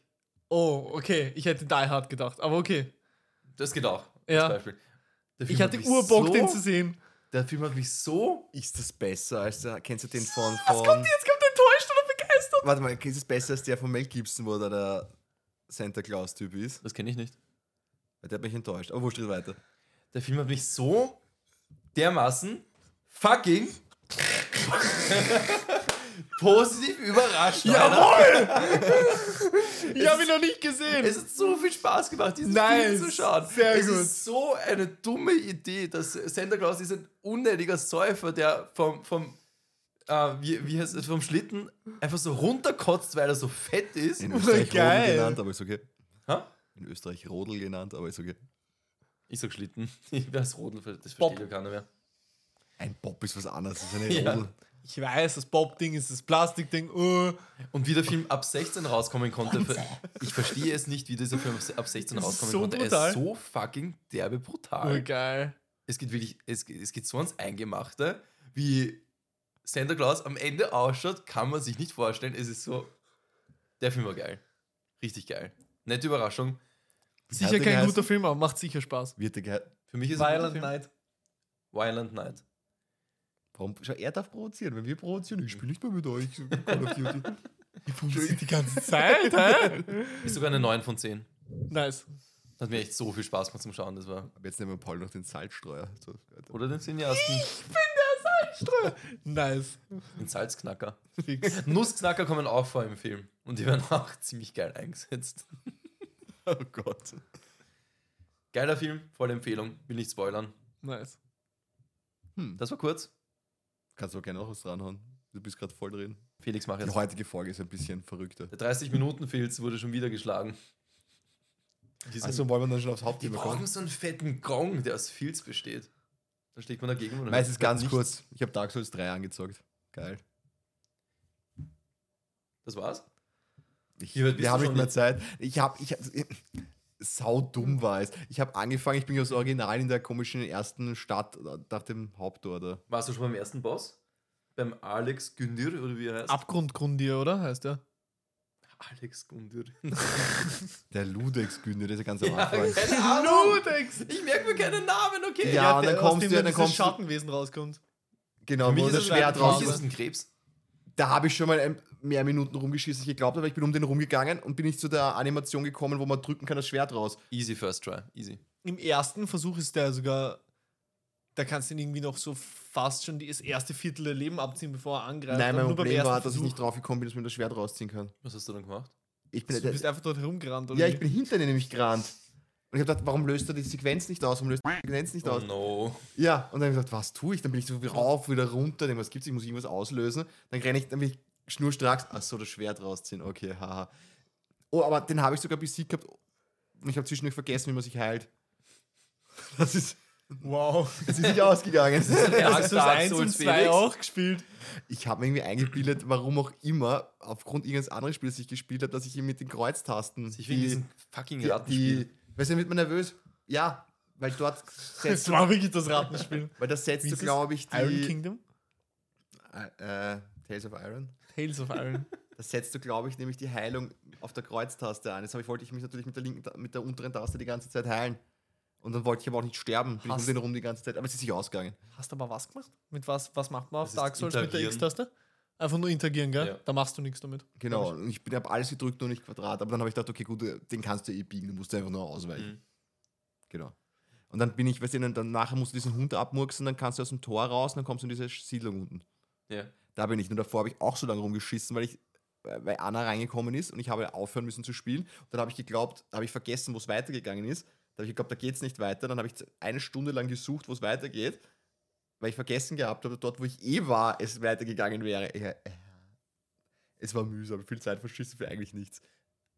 Speaker 1: Oh, okay. Ich hätte Die Hard gedacht, aber okay.
Speaker 3: Das geht auch.
Speaker 1: Ja.
Speaker 3: Als Beispiel. Der Film
Speaker 1: Ich hatte
Speaker 3: hat mich
Speaker 1: Urbock,
Speaker 3: so,
Speaker 1: den zu sehen.
Speaker 3: Der Film hat mich so.
Speaker 2: Ist das besser als der, kennst du den von,
Speaker 1: Was kommt
Speaker 2: von
Speaker 1: jetzt? Kommt enttäuscht oder begeistert?
Speaker 2: warte mal, ist es besser als der von Mel Gibson, wo da der Santa Claus Typ ist?
Speaker 3: Das kenne ich nicht.
Speaker 2: Der hat mich enttäuscht, aber wo steht weiter?
Speaker 3: Der Film hat mich so dermaßen fucking positiv überrascht. Alter.
Speaker 1: Ich habe ihn noch nicht gesehen.
Speaker 3: Es hat so viel Spaß gemacht, diesen
Speaker 1: Nice,
Speaker 3: Film zu schauen.
Speaker 1: sehr
Speaker 3: es
Speaker 1: gut.
Speaker 3: ist so eine dumme Idee, dass Santa Claus ist ein unnötiger Säufer, der vom, vom, äh, wie, wie heißt es, vom Schlitten einfach so runterkotzt, weil er so fett ist.
Speaker 2: In Österreich
Speaker 1: geil.
Speaker 2: Rodel genannt, aber ist okay.
Speaker 3: Ha?
Speaker 2: In Österreich Rodel genannt, aber ist okay.
Speaker 3: Ich sag Schlitten. Ich weiß Rodel, das
Speaker 1: Bob.
Speaker 3: versteht ja keiner mehr.
Speaker 2: Ein Bob ist was anderes, das ist eine
Speaker 3: Ja.
Speaker 2: Rodel.
Speaker 1: Ich weiß, das Bob-Ding ist das Plastik-Ding. Oh.
Speaker 3: Und wie der Film ab 16 rauskommen konnte, ver- ich verstehe es nicht, wie dieser Film ab 16
Speaker 1: Das ist
Speaker 3: rauskommen
Speaker 1: so
Speaker 3: konnte. Er
Speaker 1: brutal.
Speaker 3: ist so fucking derbe brutal.
Speaker 1: oh, geil.
Speaker 3: Es geht wirklich, es, geht- es geht so ans Eingemachte, wie Santa Claus am Ende ausschaut, kann man sich nicht vorstellen. Es ist so, der Film war geil. Richtig geil. Nette Überraschung.
Speaker 1: Sicher
Speaker 2: hat
Speaker 1: kein
Speaker 2: der geheißen?
Speaker 1: guter Film, aber macht sicher Spaß.
Speaker 2: Wird der gehe-
Speaker 3: Für mich ist
Speaker 1: Violent
Speaker 3: Night.
Speaker 1: Night.
Speaker 3: Violent Night.
Speaker 2: Warum? Schau, er darf provozieren, wenn wir provozieren, ich spiele nicht mehr mit euch. Call of Duty.
Speaker 1: Die ganze Zeit, hä?
Speaker 3: Ist sogar eine 9 von 10.
Speaker 1: nice.
Speaker 3: Hat mir echt so viel Spaß gemacht zum Schauen, das war.
Speaker 2: Aber jetzt nehmen wir Paul noch den Salzstreuer. So, Leute.
Speaker 3: Oder den Cineasten.
Speaker 1: Nice.
Speaker 3: Den Salzknacker.
Speaker 1: Fix.
Speaker 3: Nussknacker kommen auch vor im Film. Und die werden auch ziemlich geil eingesetzt.
Speaker 2: Oh Gott.
Speaker 3: Geiler Film, volle Empfehlung. Will nicht spoilern.
Speaker 1: Nice.
Speaker 3: Das war kurz.
Speaker 2: Kannst du auch gerne noch was dranhauen. Du bist gerade voll drin.
Speaker 3: Felix, mach
Speaker 2: Die
Speaker 3: jetzt.
Speaker 2: heutige Folge ist ein bisschen verrückter.
Speaker 3: Der 30 minuten filz wurde schon wieder geschlagen. Die, sind,
Speaker 2: Also wollen wir dann schon aufs
Speaker 3: die
Speaker 2: Hauptthema
Speaker 3: brauchen
Speaker 2: kommen.
Speaker 3: so einen fetten Gong, der aus Filz besteht. Da steckt man dagegen. und
Speaker 2: Meistens
Speaker 3: hört
Speaker 2: ganz
Speaker 3: nichts.
Speaker 2: kurz. Ich habe Dark Souls 3 angezockt. Geil.
Speaker 3: Das war's.
Speaker 2: Ich,
Speaker 3: Wie weit bist
Speaker 2: wir
Speaker 3: du
Speaker 2: haben
Speaker 3: schon
Speaker 2: nicht mehr
Speaker 3: jetzt?
Speaker 2: Zeit. Ich habe, ich hab, sau dumm war es. Ich habe angefangen, ich bin ja das Original in der komischen ersten Stadt äh, nach dem Haupttor da.
Speaker 3: Warst du schon beim ersten Boss? Beim Alex Gündir oder wie er heißt?
Speaker 1: Abgrundgrundier, oder? Heißt der?
Speaker 3: Alex Gündir.
Speaker 2: Der Ludex Günther, der ist ja ganz am
Speaker 3: ja,
Speaker 2: Anfang.
Speaker 3: keine Ahnung.
Speaker 1: Ludex!
Speaker 3: Ich merke mir keinen Namen, okay.
Speaker 2: Ja, und dann kommst du,
Speaker 1: ja,
Speaker 2: ja, dann kommst du.
Speaker 1: Schattenwesen rauskommt.
Speaker 2: Genau, wo das
Speaker 3: es
Speaker 2: Schwert
Speaker 3: ein- für mich
Speaker 2: raus
Speaker 3: ist es
Speaker 2: ist.
Speaker 3: ein Krebs.
Speaker 2: Da habe ich schon mal ein, mehr Minuten rumgeschissen, als ich geglaubt habe. Ich bin um den rumgegangen und bin nicht zu der Animation gekommen, wo man drücken kann, das Schwert raus.
Speaker 3: Easy first try. Easy.
Speaker 1: Im ersten Versuch ist der sogar. Da kannst du ihn irgendwie noch so fast schon die- das erste Viertel der Leben abziehen, bevor er angreift.
Speaker 2: Nein,
Speaker 1: aber
Speaker 2: mein
Speaker 1: nur beim
Speaker 2: Problem war,
Speaker 1: ersten
Speaker 2: dass ich nicht
Speaker 1: Versuch.
Speaker 2: drauf gekommen bin, dass man das Schwert rausziehen kann.
Speaker 3: Was hast du dann gemacht?
Speaker 2: Ich bin,
Speaker 1: Du bist einfach dort herumgerannt, oder?
Speaker 2: ja,
Speaker 1: wie?
Speaker 2: ich bin hinter ihnen nämlich gerannt. Und ich habe gedacht, warum löst er die Sequenz nicht aus? Warum löst er die Sequenz nicht
Speaker 3: Oh
Speaker 2: aus?
Speaker 3: no.
Speaker 2: Ja, und dann habe ich gedacht, was tue ich? Dann bin ich so rauf, wieder runter, denk, was gibt's? Ich muss irgendwas auslösen. Dann renne ich, dann bin ich schnurstracks, ach so, das Schwert rausziehen, okay, haha. Oh, aber den habe ich sogar besiegt gehabt und ich habe zwischendurch vergessen, wie man sich heilt. Das ist,
Speaker 1: Wow.
Speaker 2: das ist nicht ausgegangen.
Speaker 1: Dark Souls
Speaker 3: Dark
Speaker 1: 1 und
Speaker 3: Souls
Speaker 1: 2
Speaker 3: Felix.
Speaker 1: auch gespielt.
Speaker 2: Ich habe mir irgendwie eingebildet, warum auch immer, aufgrund irgendeines anderen Spiels, das ich gespielt habe, dass ich ihm mit den Kreuztasten
Speaker 3: Sich wegen diesem fucking
Speaker 2: die,
Speaker 3: Rattenspiel.
Speaker 2: weißt du, wird man nervös? Ja, weil dort setzt
Speaker 1: Das
Speaker 2: du,
Speaker 1: war wirklich das Rattenspiel.
Speaker 2: weil das setzt
Speaker 1: Wie
Speaker 2: du,
Speaker 1: ist es?
Speaker 2: glaube ich,
Speaker 1: Iron
Speaker 2: die
Speaker 1: Kingdom?
Speaker 2: äh, äh, Tales of Iron.
Speaker 1: Tales of Iron.
Speaker 2: Das setzt du, glaube ich, nämlich die Heilung auf der Kreuztaste an. Jetzt hab ich, wollte ich mich natürlich mit der linken, Ta- mit der unteren Taste die ganze Zeit heilen. Und dann wollte ich aber auch nicht sterben. Bin ich um
Speaker 1: Hast-
Speaker 2: den rum die ganze Zeit. Aber es ist sich ausgegangen.
Speaker 1: Hast aber was gemacht? Mit was, was macht man auf
Speaker 3: Das ist
Speaker 1: Dark Souls mit der
Speaker 3: interagieren.
Speaker 1: X-Taste? Einfach nur interagieren, gell?
Speaker 3: Ja.
Speaker 1: Da machst du nichts damit.
Speaker 2: Genau.
Speaker 1: Glaub
Speaker 2: Und ich habe alles gedrückt, nur nicht Quadrat. Aber dann habe ich gedacht, okay, gut, äh, den kannst du eh biegen. Du musst einfach nur ausweichen.
Speaker 3: Mhm.
Speaker 2: Genau. Und dann bin ich, weißt du, dann- dann nachher musst du diesen Hund abmurksen, dann kannst du aus dem Tor raus, und dann kommst du in diese Siedlung unten.
Speaker 3: Ja.
Speaker 2: Da bin ich. Nur davor habe ich auch so lange rumgeschissen, weil ich weil Anna reingekommen ist und ich habe aufhören müssen zu spielen. Und dann habe ich geglaubt, habe ich vergessen, wo es weitergegangen ist. Da habe ich geglaubt, da geht es nicht weiter. Dann habe ich eine Stunde lang gesucht, wo es weitergeht, weil ich vergessen gehabt habe, dort, wo ich eh war, es weitergegangen wäre. Ja, äh. Es war mühsam, viel Zeit verschissen für eigentlich nichts.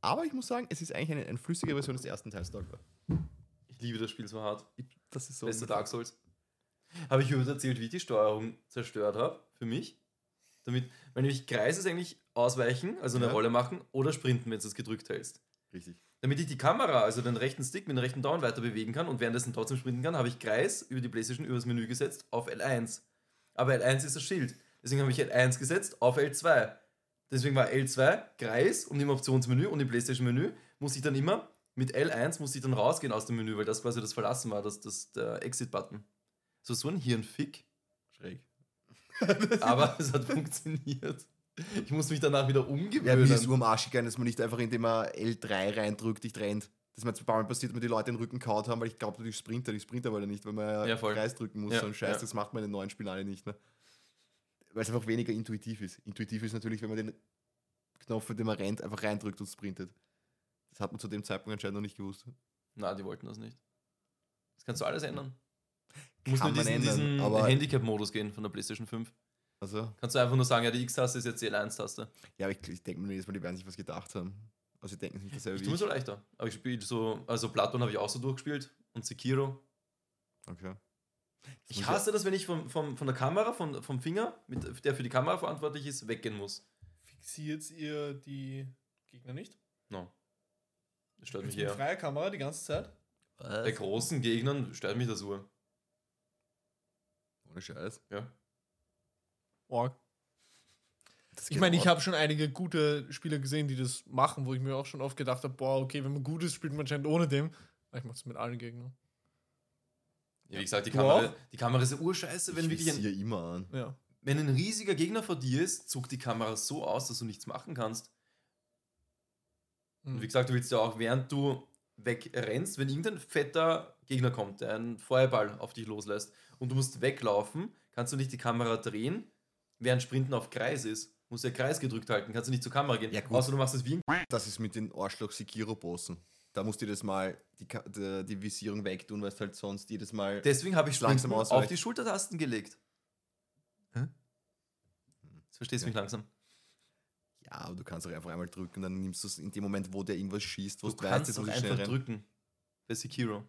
Speaker 2: Aber ich muss sagen, es ist eigentlich eine, eine flüssige Version des ersten Teils. Stalker.
Speaker 3: Ich liebe das Spiel so hart.
Speaker 2: Ich- Das ist so.
Speaker 3: Beste Dark Souls. Habe ich übrigens erzählt, wie ich die Steuerung zerstört habe für mich. Damit, weil nämlich Kreis ist eigentlich ausweichen, also eine
Speaker 2: Ja.
Speaker 3: Rolle machen oder sprinten, wenn du es gedrückt hältst.
Speaker 2: Richtig.
Speaker 3: Damit ich die Kamera, also den rechten Stick mit dem rechten Daumen weiter bewegen kann und währenddessen trotzdem sprinten kann, habe ich Kreis über die Playstation übers Menü gesetzt auf L1. Aber L1 ist das Schild. Deswegen habe ich L1 gesetzt auf L2. Deswegen war L2 Kreis und im Optionsmenü und im Playstation-Menü muss ich dann immer mit L1 muss ich dann rausgehen aus dem Menü, weil das quasi das Verlassen war, das, das der Exit-Button. So, so ein Hirnfick.
Speaker 2: Schräg.
Speaker 3: Aber es hat funktioniert. Ich muss mich danach wieder umgewöhnen.
Speaker 2: Ja, wie so am Arsch gegangen, dass man nicht einfach, indem man L3 reindrückt, dich rennt. Das ist mir jetzt ein paar Mal passiert, dass mir die Leute den Rücken kaut haben, weil ich glaube, die Sprinter, die Sprinter wollen ja nicht, weil man
Speaker 3: Ja,
Speaker 2: ja,
Speaker 3: voll.
Speaker 2: Kreis drücken muss.
Speaker 3: Ja,
Speaker 2: so ein Scheiß,
Speaker 3: ja.
Speaker 2: das macht man in den neuen Spielen alle nicht mehr. Weil es einfach weniger intuitiv ist. Intuitiv ist natürlich, wenn man den Knopf, mit dem man rennt, einfach reindrückt und sprintet. Das hat man zu dem Zeitpunkt anscheinend noch nicht gewusst.
Speaker 3: Na, die wollten das nicht. Das kannst du alles ändern. Du
Speaker 2: Kann
Speaker 3: musst nur
Speaker 2: man
Speaker 3: diesen,
Speaker 2: ändern,
Speaker 3: diesen
Speaker 2: aber-
Speaker 3: Handicap-Modus gehen von der PlayStation 5.
Speaker 2: Also,
Speaker 3: Kannst du einfach nur sagen, ja, die X-Taste ist jetzt die L1-Taste.
Speaker 2: ja, aber ich, ich denke mir jedes Mal, die werden sich was gedacht haben. Also, sie denken sich dasselbe
Speaker 3: Ich
Speaker 2: wie
Speaker 3: tue mir
Speaker 2: ich.
Speaker 3: so leichter. Aber ich spiele so, also Bloodborne habe ich auch so durchgespielt und Sekiro.
Speaker 2: Okay. Das
Speaker 3: Ich
Speaker 2: muss
Speaker 3: hasse das, wenn ich vom, vom, von der Kamera, von, vom Finger, mit, der für die Kamera verantwortlich ist, weggehen muss.
Speaker 1: Fixiert ihr die Gegner nicht?
Speaker 3: No. Das stört mich
Speaker 1: Mit
Speaker 3: eher.
Speaker 1: freier Kamera die ganze Zeit?
Speaker 2: Ja,
Speaker 3: Bei großen Gegnern stört mich das Uhr.
Speaker 2: Ohne Scheiß.
Speaker 3: Ja.
Speaker 1: Org.
Speaker 2: Das
Speaker 1: Ich
Speaker 2: geht
Speaker 1: meine, ich
Speaker 2: auch.
Speaker 1: habe schon einige gute Spieler gesehen, die das machen, wo ich mir auch schon oft gedacht habe, boah, okay, wenn man gut ist, spielt man anscheinend ohne dem. Aber Ich mach's mit allen Gegnern.
Speaker 3: Ja, wie gesagt, die
Speaker 1: Du
Speaker 3: Kamera, die Kamera ist ja urscheiße, wenn
Speaker 2: Ich
Speaker 3: wirklich ein,
Speaker 2: visier immer an.
Speaker 1: Ja.
Speaker 3: wenn ein riesiger Gegner vor dir ist, zuckt die Kamera so aus, dass du nichts machen kannst.
Speaker 2: Mhm.
Speaker 1: Hm.
Speaker 3: Und wie gesagt, du willst ja auch, während du wegrennst, wenn irgendein fetter Gegner kommt, der einen Feuerball auf dich loslässt und du musst weglaufen, kannst du nicht die Kamera drehen, während Sprinten auf Kreis ist. Musst ja Kreis gedrückt halten, kannst du nicht zur Kamera gehen.
Speaker 2: Ja, gut.
Speaker 3: Außer du machst es wie ein
Speaker 2: Das ist mit den Arschloch Sekiro Bossen. Da musst du jedes Mal die, Ka- de- die Visierung wegtun, weil es halt sonst jedes Mal.
Speaker 3: Deswegen habe ich
Speaker 2: Langsam
Speaker 3: Sprinten
Speaker 2: ausweichen.
Speaker 3: auf die Schultertasten gelegt. Hm?
Speaker 2: Hä?
Speaker 3: Jetzt verstehst du mich langsam.
Speaker 2: ja, aber du kannst auch einfach einmal drücken, dann nimmst du es in dem Moment, wo der irgendwas schießt, wo
Speaker 3: Du
Speaker 2: du weißt,
Speaker 3: kannst
Speaker 2: jetzt
Speaker 3: doch
Speaker 2: muss ich schnell
Speaker 3: einfach
Speaker 2: rennen.
Speaker 3: drücken. Bei Sekiro.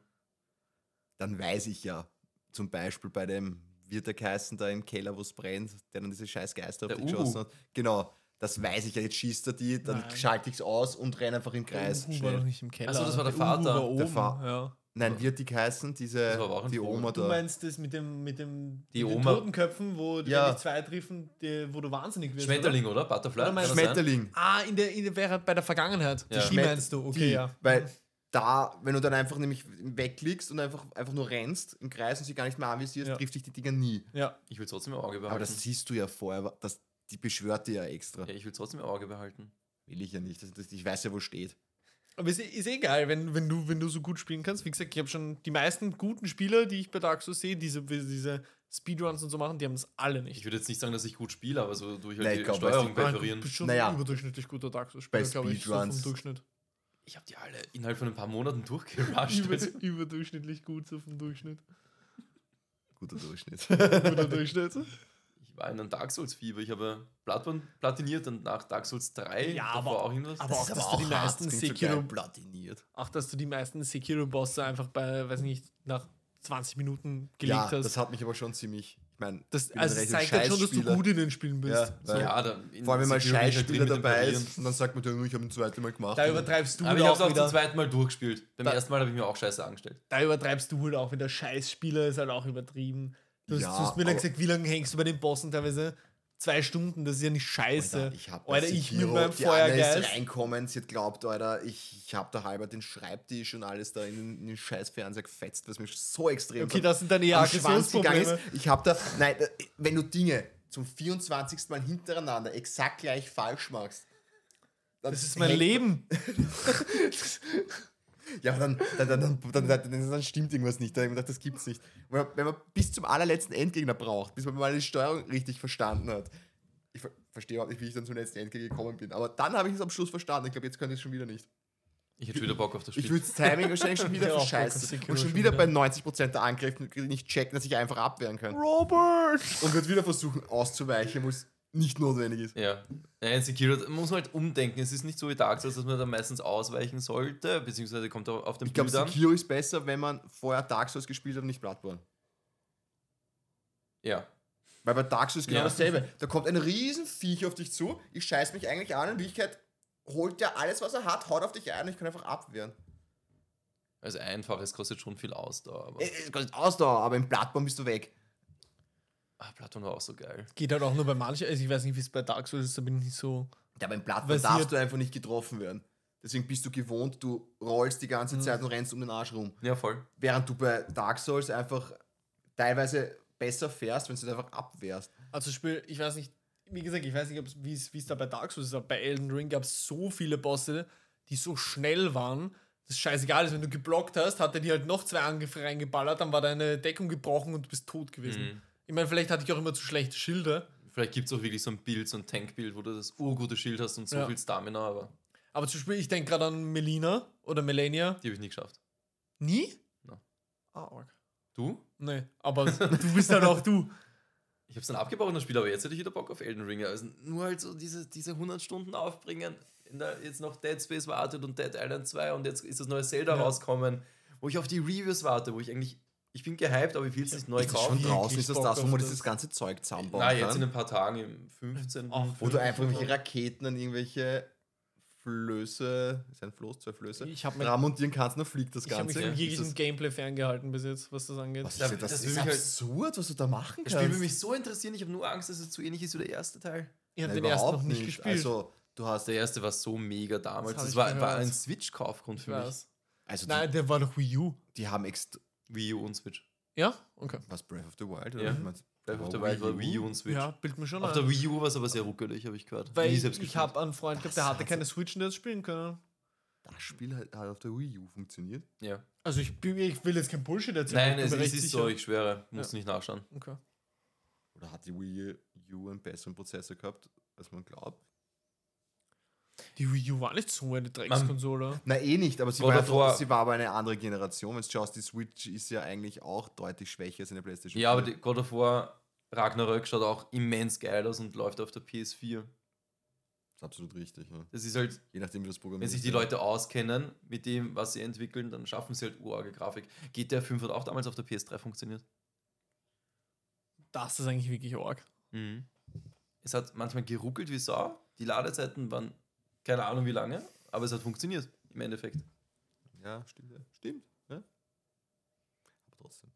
Speaker 2: Dann weiß ich ja. Zum Beispiel bei dem wird der geheißen da im Keller, wo es brennt, der dann diese scheiß Geister
Speaker 3: Der
Speaker 2: auf dich
Speaker 3: Uhu.
Speaker 2: geschossen hat. Genau, das weiß ich ja. Jetzt schießt er die, dann
Speaker 1: Nein.
Speaker 2: schalte ich es aus und renne einfach im Kreis.
Speaker 1: Uhu war
Speaker 2: schnell.
Speaker 1: doch nicht im Keller.
Speaker 3: Ach so, das war der
Speaker 1: Uhu
Speaker 3: Vater.
Speaker 1: War oben.
Speaker 2: Der Fa-
Speaker 1: ja.
Speaker 2: Nein, wird die geheißen, diese
Speaker 3: Das war aber auch ein
Speaker 2: die
Speaker 3: Vogel.
Speaker 2: Oma
Speaker 1: Du
Speaker 2: da.
Speaker 1: meinst das mit dem mit dem
Speaker 3: Die
Speaker 1: mit
Speaker 3: Oma.
Speaker 1: den Totenköpfen, wo
Speaker 2: Ja.
Speaker 1: die zwei treffen, die, wo du wahnsinnig wirst.
Speaker 3: Schmetterling, oder? Butterfly?
Speaker 1: Oder
Speaker 3: Kann
Speaker 1: meinst
Speaker 3: das sein?
Speaker 2: Schmetterling.
Speaker 1: Oder? Ah, in der, in der wäre bei der Vergangenheit.
Speaker 3: Ja.
Speaker 1: Die
Speaker 2: Schmet-
Speaker 1: meinst du, okay,
Speaker 2: die,
Speaker 1: ja. Mhm.
Speaker 2: Weil da, wenn du dann einfach nämlich wegklickst und einfach, einfach nur rennst im Kreis und sie gar nicht mehr anvisierst,
Speaker 1: Ja.
Speaker 2: trifft dich die Dinger nie.
Speaker 1: Ja.
Speaker 3: Ich will trotzdem im Auge behalten.
Speaker 2: Aber das siehst du ja vorher, wa- das, die beschwört dir ja extra.
Speaker 3: ja, ich will trotzdem im Auge behalten.
Speaker 2: Will ich ja nicht. Das, das, ich weiß ja, wo steht.
Speaker 1: Aber es ist eh egal, wenn, wenn, du, wenn du so gut spielen kannst. Wie gesagt, ich habe schon die meisten guten Spieler, die ich bei Dark Souls sehe, diese, diese Speedruns und so machen, die haben das alle
Speaker 3: Ich
Speaker 1: nicht.
Speaker 3: würde jetzt nicht sagen, dass ich gut spiele, aber so durch halt
Speaker 2: Nein,
Speaker 3: die
Speaker 2: ich glaub,
Speaker 3: Steuerung
Speaker 2: weißt du,
Speaker 1: du
Speaker 3: perforieren.
Speaker 1: bist schon
Speaker 2: Naja.
Speaker 1: ein überdurchschnittlich guter Dark
Speaker 2: Bei
Speaker 1: Souls-Spieler, glaube ich, so vom
Speaker 2: Speedruns.
Speaker 1: Durchschnitt.
Speaker 3: Ich habe die alle innerhalb von ein paar Monaten durchgerusht.
Speaker 1: Über,
Speaker 3: Also,
Speaker 1: überdurchschnittlich gut, so vom Durchschnitt.
Speaker 2: Guter Durchschnitt.
Speaker 1: Guter Durchschnitt.
Speaker 3: ich war in einem Dark Souls-Fieber. Ich habe Bloodborne platiniert und nach Dark Souls 3
Speaker 1: Ja,
Speaker 3: davor
Speaker 1: aber-
Speaker 3: auch irgendwas.
Speaker 1: aber- auch, dass du die meisten Sekiro-
Speaker 2: platiniert.
Speaker 1: Auch, dass du die meisten Sekiro-Bosse einfach bei, weiß nicht, nach 20 Minuten gelegt
Speaker 2: Ja,
Speaker 1: hast.
Speaker 2: das hat mich aber schon ziemlich. Ich meine,
Speaker 1: Das,
Speaker 2: bin
Speaker 1: also
Speaker 2: ein
Speaker 1: es
Speaker 2: rechter
Speaker 1: zeigt halt schon, dass du
Speaker 2: Scheißspieler.
Speaker 1: gut in den Spielen bist.
Speaker 2: Ja,
Speaker 1: so.
Speaker 2: weil-
Speaker 3: ja, da, in
Speaker 2: vor allem wenn
Speaker 3: Sekiro
Speaker 2: mal
Speaker 3: bin ich halt drin
Speaker 2: Scheißspieler
Speaker 3: mit dem
Speaker 2: dabei ist
Speaker 3: Parieren.
Speaker 2: und dann sagt man, "Ja, ich habe ein zweites Mal gemacht.
Speaker 1: Da übertreibst du
Speaker 3: Aber
Speaker 1: halt
Speaker 3: ich habe es
Speaker 1: auch
Speaker 3: auch zum
Speaker 1: wieder.
Speaker 3: zweiten Mal durchgespielt. Beim
Speaker 1: Da-
Speaker 3: ersten Mal habe ich mir auch Scheiße angestellt.
Speaker 1: Da übertreibst du halt auch wieder. Scheißspieler ist halt auch übertrieben. Du hast,
Speaker 2: Ja,
Speaker 1: du hast mir dann
Speaker 2: aber-
Speaker 1: gesagt, wie lange hängst du bei den Bossen teilweise? Zwei Stunden, das ist ja nicht scheiße.
Speaker 2: Alter, ich hab
Speaker 1: Alter,
Speaker 2: das
Speaker 1: ich mit
Speaker 2: Sekiro,
Speaker 1: meinem
Speaker 2: die Anna
Speaker 1: Feuergeist.
Speaker 2: ist reinkommen, sie hat glaubt, Alter, ich, ich hab da halber den Schreibtisch und alles da in den, in den scheiß Fernseher gefetzt, was mir so extrem
Speaker 1: Okay,
Speaker 2: ver-
Speaker 1: das sind dann eher
Speaker 2: am Schwanz gegangen
Speaker 1: Aggressionsprobleme.
Speaker 2: ist. Ich hab da, nein, äh, wenn du Dinge zum 24. Mal hintereinander exakt gleich falsch machst, dann
Speaker 1: Das ist mein
Speaker 2: hängt-
Speaker 1: Leben.
Speaker 2: Ja, aber dann, dann, dann, dann, dann, dann, dann, dann stimmt irgendwas nicht. Dann hab ich mir gedacht, das gibt's nicht. Wenn man, wenn man bis zum allerletzten Endgegner braucht, bis man mal die Steuerung richtig verstanden hat. Ich ver verstehe überhaupt nicht, wie ich dann zum letzten Endgegner gekommen bin. Aber dann habe ich es am Schluss verstanden. Ich glaube, jetzt könnte ich es schon wieder nicht.
Speaker 3: Ich hätte wieder Bock auf das Spiel.
Speaker 2: Ich würde das Timing wahrscheinlich schon wieder
Speaker 1: Ja,
Speaker 2: verscheißen.
Speaker 1: vollkommen sicher,
Speaker 2: Und schon
Speaker 1: schon
Speaker 2: wieder
Speaker 1: wieder.
Speaker 2: bei 90% der Angriffe nicht checken, dass ich einfach abwehren kann.
Speaker 1: Robert!
Speaker 2: Und wird wieder versuchen auszuweichen, wo es nicht notwendig ist.
Speaker 3: Ja. Naja, in Sekiro da muss man halt umdenken. Es ist nicht so wie Dark Souls, dass man da meistens ausweichen sollte, beziehungsweise kommt auch auf den
Speaker 2: Ich glaube,
Speaker 3: Bild an.
Speaker 2: Sekiro ist besser, wenn man vorher Dark Souls gespielt hat und nicht Bloodborne.
Speaker 3: Ja.
Speaker 2: Weil bei Dark Souls genau
Speaker 3: Ja.
Speaker 2: dasselbe. Da kommt ein riesen Viech auf dich zu, ich scheiß mich eigentlich an, in Wirklichkeit holt ja alles, was er hat, haut auf dich ein und ich kann einfach abwehren.
Speaker 3: Also einfach, es kostet schon viel Ausdauer. Aber
Speaker 2: Es, Äh, es kostet Ausdauer, aber im Blattbaum bist du weg.
Speaker 3: ah, Platon war auch so geil.
Speaker 1: Geht halt auch nur bei manchen. Also ich weiß nicht, wie es bei Dark Souls ist, da bin ich nicht so.
Speaker 2: Ja, beim Blattbaum
Speaker 1: Versiert.
Speaker 2: darfst du einfach nicht getroffen werden. Deswegen bist du gewohnt, du rollst die ganze Zeit und rennst um den Arsch rum.
Speaker 3: Ja, voll.
Speaker 2: Während du bei Dark Souls einfach teilweise besser fährst, wenn du es einfach abwehrst.
Speaker 1: Also Spiel, ich weiß nicht, wie gesagt, ich weiß nicht, ob's- wie es wie es da bei Dark Souls ist, aber bei Elden Ring gab es so viele Bosse, die so schnell waren, dass scheißegal ist, wenn du geblockt hast, hat er dir halt noch zwei Angriffe reingeballert, dann war deine Deckung gebrochen und du bist tot gewesen.
Speaker 3: Mhm.
Speaker 1: Ich meine, vielleicht hatte ich auch immer zu schlechte Schilder,
Speaker 3: Vielleicht gibt es auch wirklich so ein Bild, so ein Tankbild, wo du das urgute Schild hast und so
Speaker 1: Ja.
Speaker 3: viel Stamina, aber
Speaker 1: aber zum Beispiel, ich denke gerade an Melina oder Melania.
Speaker 3: die habe ich nie geschafft.
Speaker 1: Nie?
Speaker 3: Na.
Speaker 1: Ah, arg.
Speaker 3: Du?
Speaker 1: Nee, aber du bist halt auch du.
Speaker 3: Ich habe es dann abgebrochen, das Spiel, aber jetzt hätte ich wieder Bock auf Elden Ring. Also nur halt so diese, diese 100 Stunden aufbringen. In der, jetzt noch Dead Space wartet und Dead Island 2 und jetzt ist das neue Zelda
Speaker 1: Ja.
Speaker 3: rauskommen, wo ich auf die Reviews warte, wo ich eigentlich, ich bin gehypt, aber ich will es nicht neu
Speaker 2: Ist das schon
Speaker 3: kaufen.
Speaker 2: draußen? Ist das
Speaker 1: Bock
Speaker 2: das, wo
Speaker 1: auf
Speaker 2: man das,
Speaker 1: das.
Speaker 2: das ganze Zeug zusammenbauen
Speaker 3: Na, jetzt in
Speaker 2: kann?
Speaker 3: ein paar Tagen, im 15.
Speaker 1: Ach,
Speaker 2: Wo du einfach
Speaker 1: Fünf-
Speaker 2: irgendwelche Raketen an irgendwelche Flöße, ist ein Floß, zwei Flöße,
Speaker 1: Ich hab mir-
Speaker 2: ramontieren kannst, und dann fliegt das
Speaker 1: Ich habe mich
Speaker 2: Ganze.
Speaker 1: von
Speaker 3: Ja,
Speaker 1: jeglichem Gameplay ferngehalten bis jetzt, was das angeht.
Speaker 2: Was
Speaker 3: Da-
Speaker 2: ist denn das,
Speaker 3: das
Speaker 2: das
Speaker 3: will
Speaker 2: ist
Speaker 3: mich halt-
Speaker 2: absurd, was du da machen
Speaker 3: Das
Speaker 2: kannst.
Speaker 3: Spiel würde mich so interessieren, ich habe nur Angst, dass es zu ähnlich ist wie der erste Teil.
Speaker 1: Ich habe
Speaker 2: Nein,
Speaker 1: den ersten noch
Speaker 2: überhaupt
Speaker 1: nicht gespielt.
Speaker 2: Also, du hast,
Speaker 3: Der erste war so mega damals.
Speaker 1: Das hab
Speaker 3: Das,
Speaker 1: ich
Speaker 3: war, war
Speaker 1: gehört.
Speaker 3: ein Switch-Kaufgrund
Speaker 1: ich
Speaker 3: für mich.
Speaker 1: weiß.
Speaker 2: also die,
Speaker 1: Nein, der war doch Wii U.
Speaker 2: die haben extra,
Speaker 3: Wii U und Switch.
Speaker 1: Ja? Okay.
Speaker 2: was, Breath of the Wild? Oder
Speaker 3: Ja.
Speaker 2: was meinst du?
Speaker 3: Breath of
Speaker 2: Aber
Speaker 3: the Wild war Wii U und Switch.
Speaker 1: Ja, bild mir schon
Speaker 3: Auf
Speaker 1: ein.
Speaker 3: der Wii U war es aber sehr ruckelig, habe ich gehört.
Speaker 1: Weil
Speaker 3: Nie
Speaker 1: ich,
Speaker 3: selbst
Speaker 1: ich
Speaker 3: gespielt.
Speaker 1: habe einen Freund gehabt, der
Speaker 2: Das
Speaker 1: hatte
Speaker 2: hat's-
Speaker 1: keine Switch und der hat spielen können.
Speaker 2: Das Spiel hat, hat auf der Wii U funktioniert.
Speaker 3: Ja.
Speaker 1: Also ich, bin, ich will jetzt kein Bullshit erzählen.
Speaker 3: Nein,
Speaker 1: ich
Speaker 3: es
Speaker 1: bin mir
Speaker 3: es
Speaker 1: recht
Speaker 3: ist
Speaker 1: sicher.
Speaker 3: so, ich schwöre. Musst nicht nachschauen.
Speaker 1: Okay.
Speaker 2: Oder hat die Wii U einen besseren Prozessor gehabt, als man glaubt?
Speaker 1: Die Wii U war nicht so eine Dreckskonsole.
Speaker 2: Na, eh nicht, aber sie
Speaker 3: God
Speaker 2: war, ja
Speaker 3: of War-
Speaker 2: trotzdem- sie war aber eine andere Generation. Wenn du schaust, die Switch ist ja eigentlich auch deutlich schwächer als eine PlayStation
Speaker 3: Ja, aber
Speaker 2: 4.
Speaker 3: die God of War Ragnarök schaut auch immens geil aus und läuft auf der PS4.
Speaker 2: Das ist absolut richtig. Ja.
Speaker 3: Das ist halt,
Speaker 2: Je nachdem, wie das Programm
Speaker 3: wenn sich die Leute auskennen mit dem, was sie entwickeln, dann schaffen sie halt urarge Grafik. GTA 5 hat auch damals auf der PS3 funktioniert.
Speaker 1: Das ist eigentlich wirklich arg.
Speaker 3: Es hat manchmal geruckelt wie Sau. Die Ladezeiten waren keine Ahnung wie lange, aber es hat funktioniert im Endeffekt.
Speaker 2: Ja, stimmt. Ja. Stimmt. Ja. Aber trotzdem.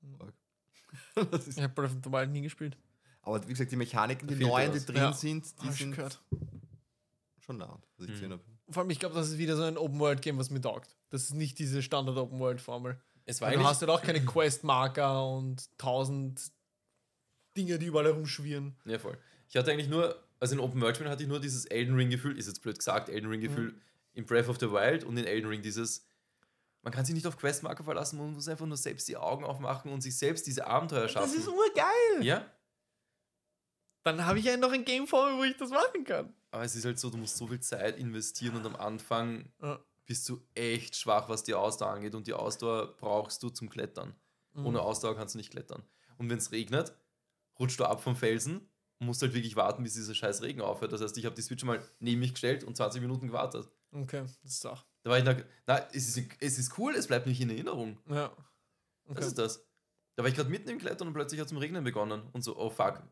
Speaker 1: Mhm.
Speaker 2: Arg. das ist
Speaker 1: Ich habe Breath of the Wild nie gespielt.
Speaker 2: Aber wie gesagt, die Mechaniken, die
Speaker 3: Da fehlt
Speaker 2: neuen,
Speaker 3: dir was.
Speaker 2: die drin
Speaker 1: Ja.
Speaker 2: sind, die
Speaker 1: Hab ich
Speaker 2: sind
Speaker 1: gehört. Hm.
Speaker 2: schon laut, was ich
Speaker 3: Mhm.
Speaker 2: gesehen habe.
Speaker 1: Vor allem, ich glaube, das ist wieder so ein Open-World-Game, was mir taugt. Das ist nicht diese Standard-Open-World-Formel.
Speaker 3: Es
Speaker 1: Weil du hast halt auch keine Quest-Marker und tausend Dinge, die überall herumschwirren.
Speaker 3: ja, voll. Ich hatte eigentlich nur, also in Open World Spielen hatte ich nur dieses Elden Ring Gefühl, ist jetzt blöd gesagt, Elden Ring Gefühl in Breath of the Wild und in Elden Ring dieses man kann sich nicht auf Questmarker verlassen, man muss einfach nur selbst die Augen aufmachen und sich selbst diese Abenteuer schaffen.
Speaker 1: urgeil.
Speaker 3: ja,
Speaker 1: Dann habe ich ja noch ein Game vor mir, wo ich das machen kann.
Speaker 3: aber es ist halt so, du musst so viel Zeit investieren und am Anfang
Speaker 1: Ja.
Speaker 3: bist du echt schwach, was die Ausdauer angeht und die Ausdauer brauchst du zum Klettern.
Speaker 1: Mhm.
Speaker 3: Ohne Ausdauer kannst du nicht klettern. Und wenn es regnet, rutscht du ab vom Felsen und musst halt wirklich warten, bis dieser scheiß Regen aufhört. Das heißt, ich habe die Switch mal neben mich gestellt und 20 Minuten gewartet.
Speaker 1: Mhm. Okay, das ist auch.
Speaker 3: Da war ich nach, na, es ist, es ist cool, es bleibt nicht in Erinnerung.
Speaker 1: Ja.
Speaker 3: Das ist das. Da war ich gerade mitten im Klettern und plötzlich hat es zum Regnen begonnen. Und so, oh fuck.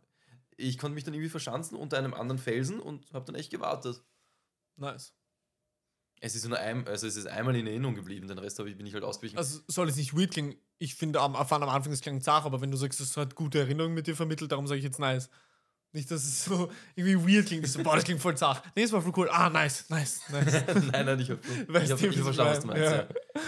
Speaker 3: Ich konnte mich dann irgendwie verschanzen unter einem anderen Felsen und habe dann echt gewartet.
Speaker 1: Nice.
Speaker 3: Es ist, nur ein, also es ist einmal in Erinnerung geblieben, den Rest hab ich, bin ich halt ausgewichen.
Speaker 1: Also soll es nicht weird klingen. Ich finde, am, am Anfang ist es klang zart, aber wenn du sagst, es hat gute Erinnerungen mit dir vermittelt, darum sage ich jetzt nice. Nicht, dass es so irgendwie weird klingt. Ich so, boah, das klingt voll zart. Nee, es war voll cool. Ah, nice, nice, nice.
Speaker 3: nein, nein, ich habe
Speaker 1: Weißt
Speaker 3: ich hab,
Speaker 1: du,
Speaker 3: ich
Speaker 1: was ich
Speaker 3: hab verstanden, was du
Speaker 1: mein?
Speaker 3: meinst. Ja.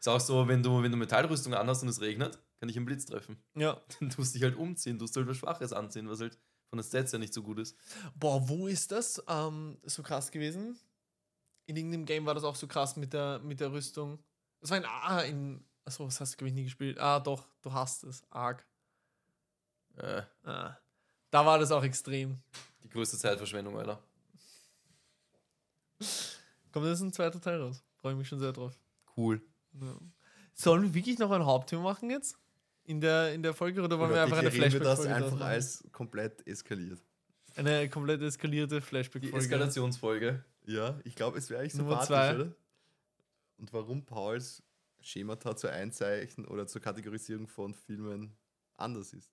Speaker 3: Ist auch so, wenn du, wenn du Metallrüstung anhast und es regnet, kann dich ein Blitz treffen.
Speaker 1: ja.
Speaker 3: Dann tust du dich halt umziehen, tust halt was Schwaches anziehen, was halt von den Stats ja nicht so gut ist.
Speaker 1: Boah, wo ist das ähm, so krass gewesen? In irgendeinem Game war das auch so krass mit der, mit der Rüstung. Das war in A, in. Achso, das hast du, glaube ich, nie gespielt. Ah, doch, du hast es. Arg.
Speaker 3: Äh,
Speaker 1: Ah. Da war das auch extrem.
Speaker 3: die größte Zeitverschwendung, Alter.
Speaker 1: Kommt jetzt ein zweiter Teil raus. Freue mich schon sehr drauf.
Speaker 3: Cool.
Speaker 1: Ja. Sollen wir wirklich noch ein Hauptthema machen jetzt? In der, in der Folge oder wollen wir einfach eine
Speaker 2: Deklarieren wir das
Speaker 1: Flashback-Folge draus
Speaker 2: einfach
Speaker 1: machen?
Speaker 2: als komplett eskaliert.
Speaker 1: Eine komplett eskalierte
Speaker 3: Die
Speaker 1: Flashback-Folge.
Speaker 3: Eskalationsfolge.
Speaker 2: Ja, ich glaube, es wäre eigentlich
Speaker 1: Nummer
Speaker 2: sympathisch,
Speaker 1: zwei.
Speaker 2: oder? Und warum Pauls Schemata zur Einzeichen oder zur Kategorisierung von Filmen anders ist.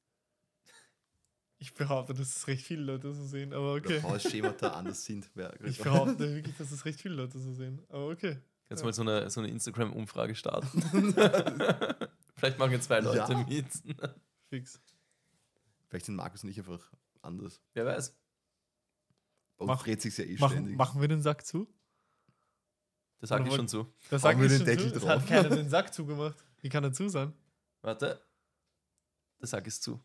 Speaker 1: Ich behaupte, dass es recht viele Leute so sehen, aber
Speaker 2: Oder
Speaker 1: okay.
Speaker 2: Pausschemata anders sind. Wer-
Speaker 1: Ich behaupte wirklich, dass es recht viele Leute so sehen, aber okay.
Speaker 3: Kannst du mal so eine, so eine Instagram-Umfrage starten? Vielleicht machen jetzt zwei Leute
Speaker 2: Ja.
Speaker 3: mit.
Speaker 1: Fix.
Speaker 2: Vielleicht sind Markus und ich einfach anders.
Speaker 3: Wer weiß.
Speaker 2: Bei uns
Speaker 1: Mach-
Speaker 2: dreht sich ja eh
Speaker 1: Machen,
Speaker 2: ständig.
Speaker 1: machen wir den Sack zu?
Speaker 3: Das sage
Speaker 1: Oder
Speaker 3: ich
Speaker 1: wollt-
Speaker 3: schon zu.
Speaker 1: Der
Speaker 2: Hauen
Speaker 1: Sack
Speaker 2: wir
Speaker 1: ist
Speaker 2: den
Speaker 1: schon
Speaker 2: Deckel
Speaker 1: zu. Es
Speaker 2: drauf.
Speaker 1: hat keiner den Sack zugemacht. Wie kann er zu sein?
Speaker 3: Warte. Das sag ich zu.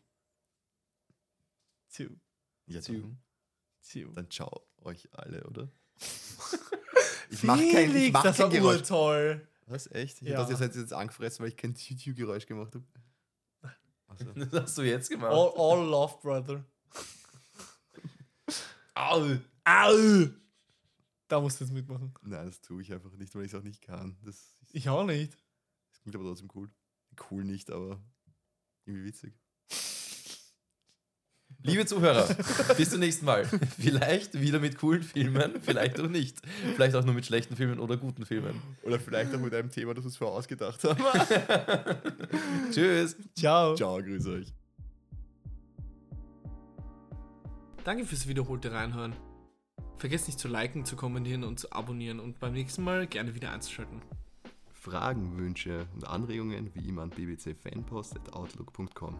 Speaker 1: Zu.
Speaker 2: Ja, dann,
Speaker 3: zu.
Speaker 1: Zu.
Speaker 2: dann ciao euch alle, oder? Ich mach kein, ich mach
Speaker 1: das
Speaker 2: kein
Speaker 1: war
Speaker 2: Geräusch.
Speaker 1: urtoll.
Speaker 2: Was, echt? Ich
Speaker 1: Ja.
Speaker 2: hab das jetzt, jetzt angefressen, weil ich kein Tutu-Geräusch gemacht habe. Also,
Speaker 3: Das hast du jetzt gemacht.
Speaker 1: All, all love, brother.
Speaker 3: Au.
Speaker 1: Au! Da musst du jetzt mitmachen.
Speaker 2: nein, das tue ich einfach nicht, weil ich es auch nicht kann. Das,
Speaker 1: Ich auch nicht.
Speaker 2: das klingt aber trotzdem cool. Cool nicht, aber irgendwie witzig.
Speaker 3: Liebe Zuhörer, bis zum nächsten Mal. Vielleicht wieder mit coolen Filmen, vielleicht auch nicht. Vielleicht auch nur mit schlechten Filmen oder guten Filmen.
Speaker 2: Oder vielleicht auch mit einem Thema, das wir uns vorher ausgedacht haben.
Speaker 3: Tschüss.
Speaker 1: Ciao.
Speaker 2: Ciao, grüße euch.
Speaker 4: Danke fürs wiederholte Reinhören. Vergesst nicht zu liken, zu kommentieren und zu abonnieren und beim nächsten Mal gerne wieder einzuschalten.
Speaker 2: Fragen, Wünsche und Anregungen wie immer an bbcfanpost.outlook.com.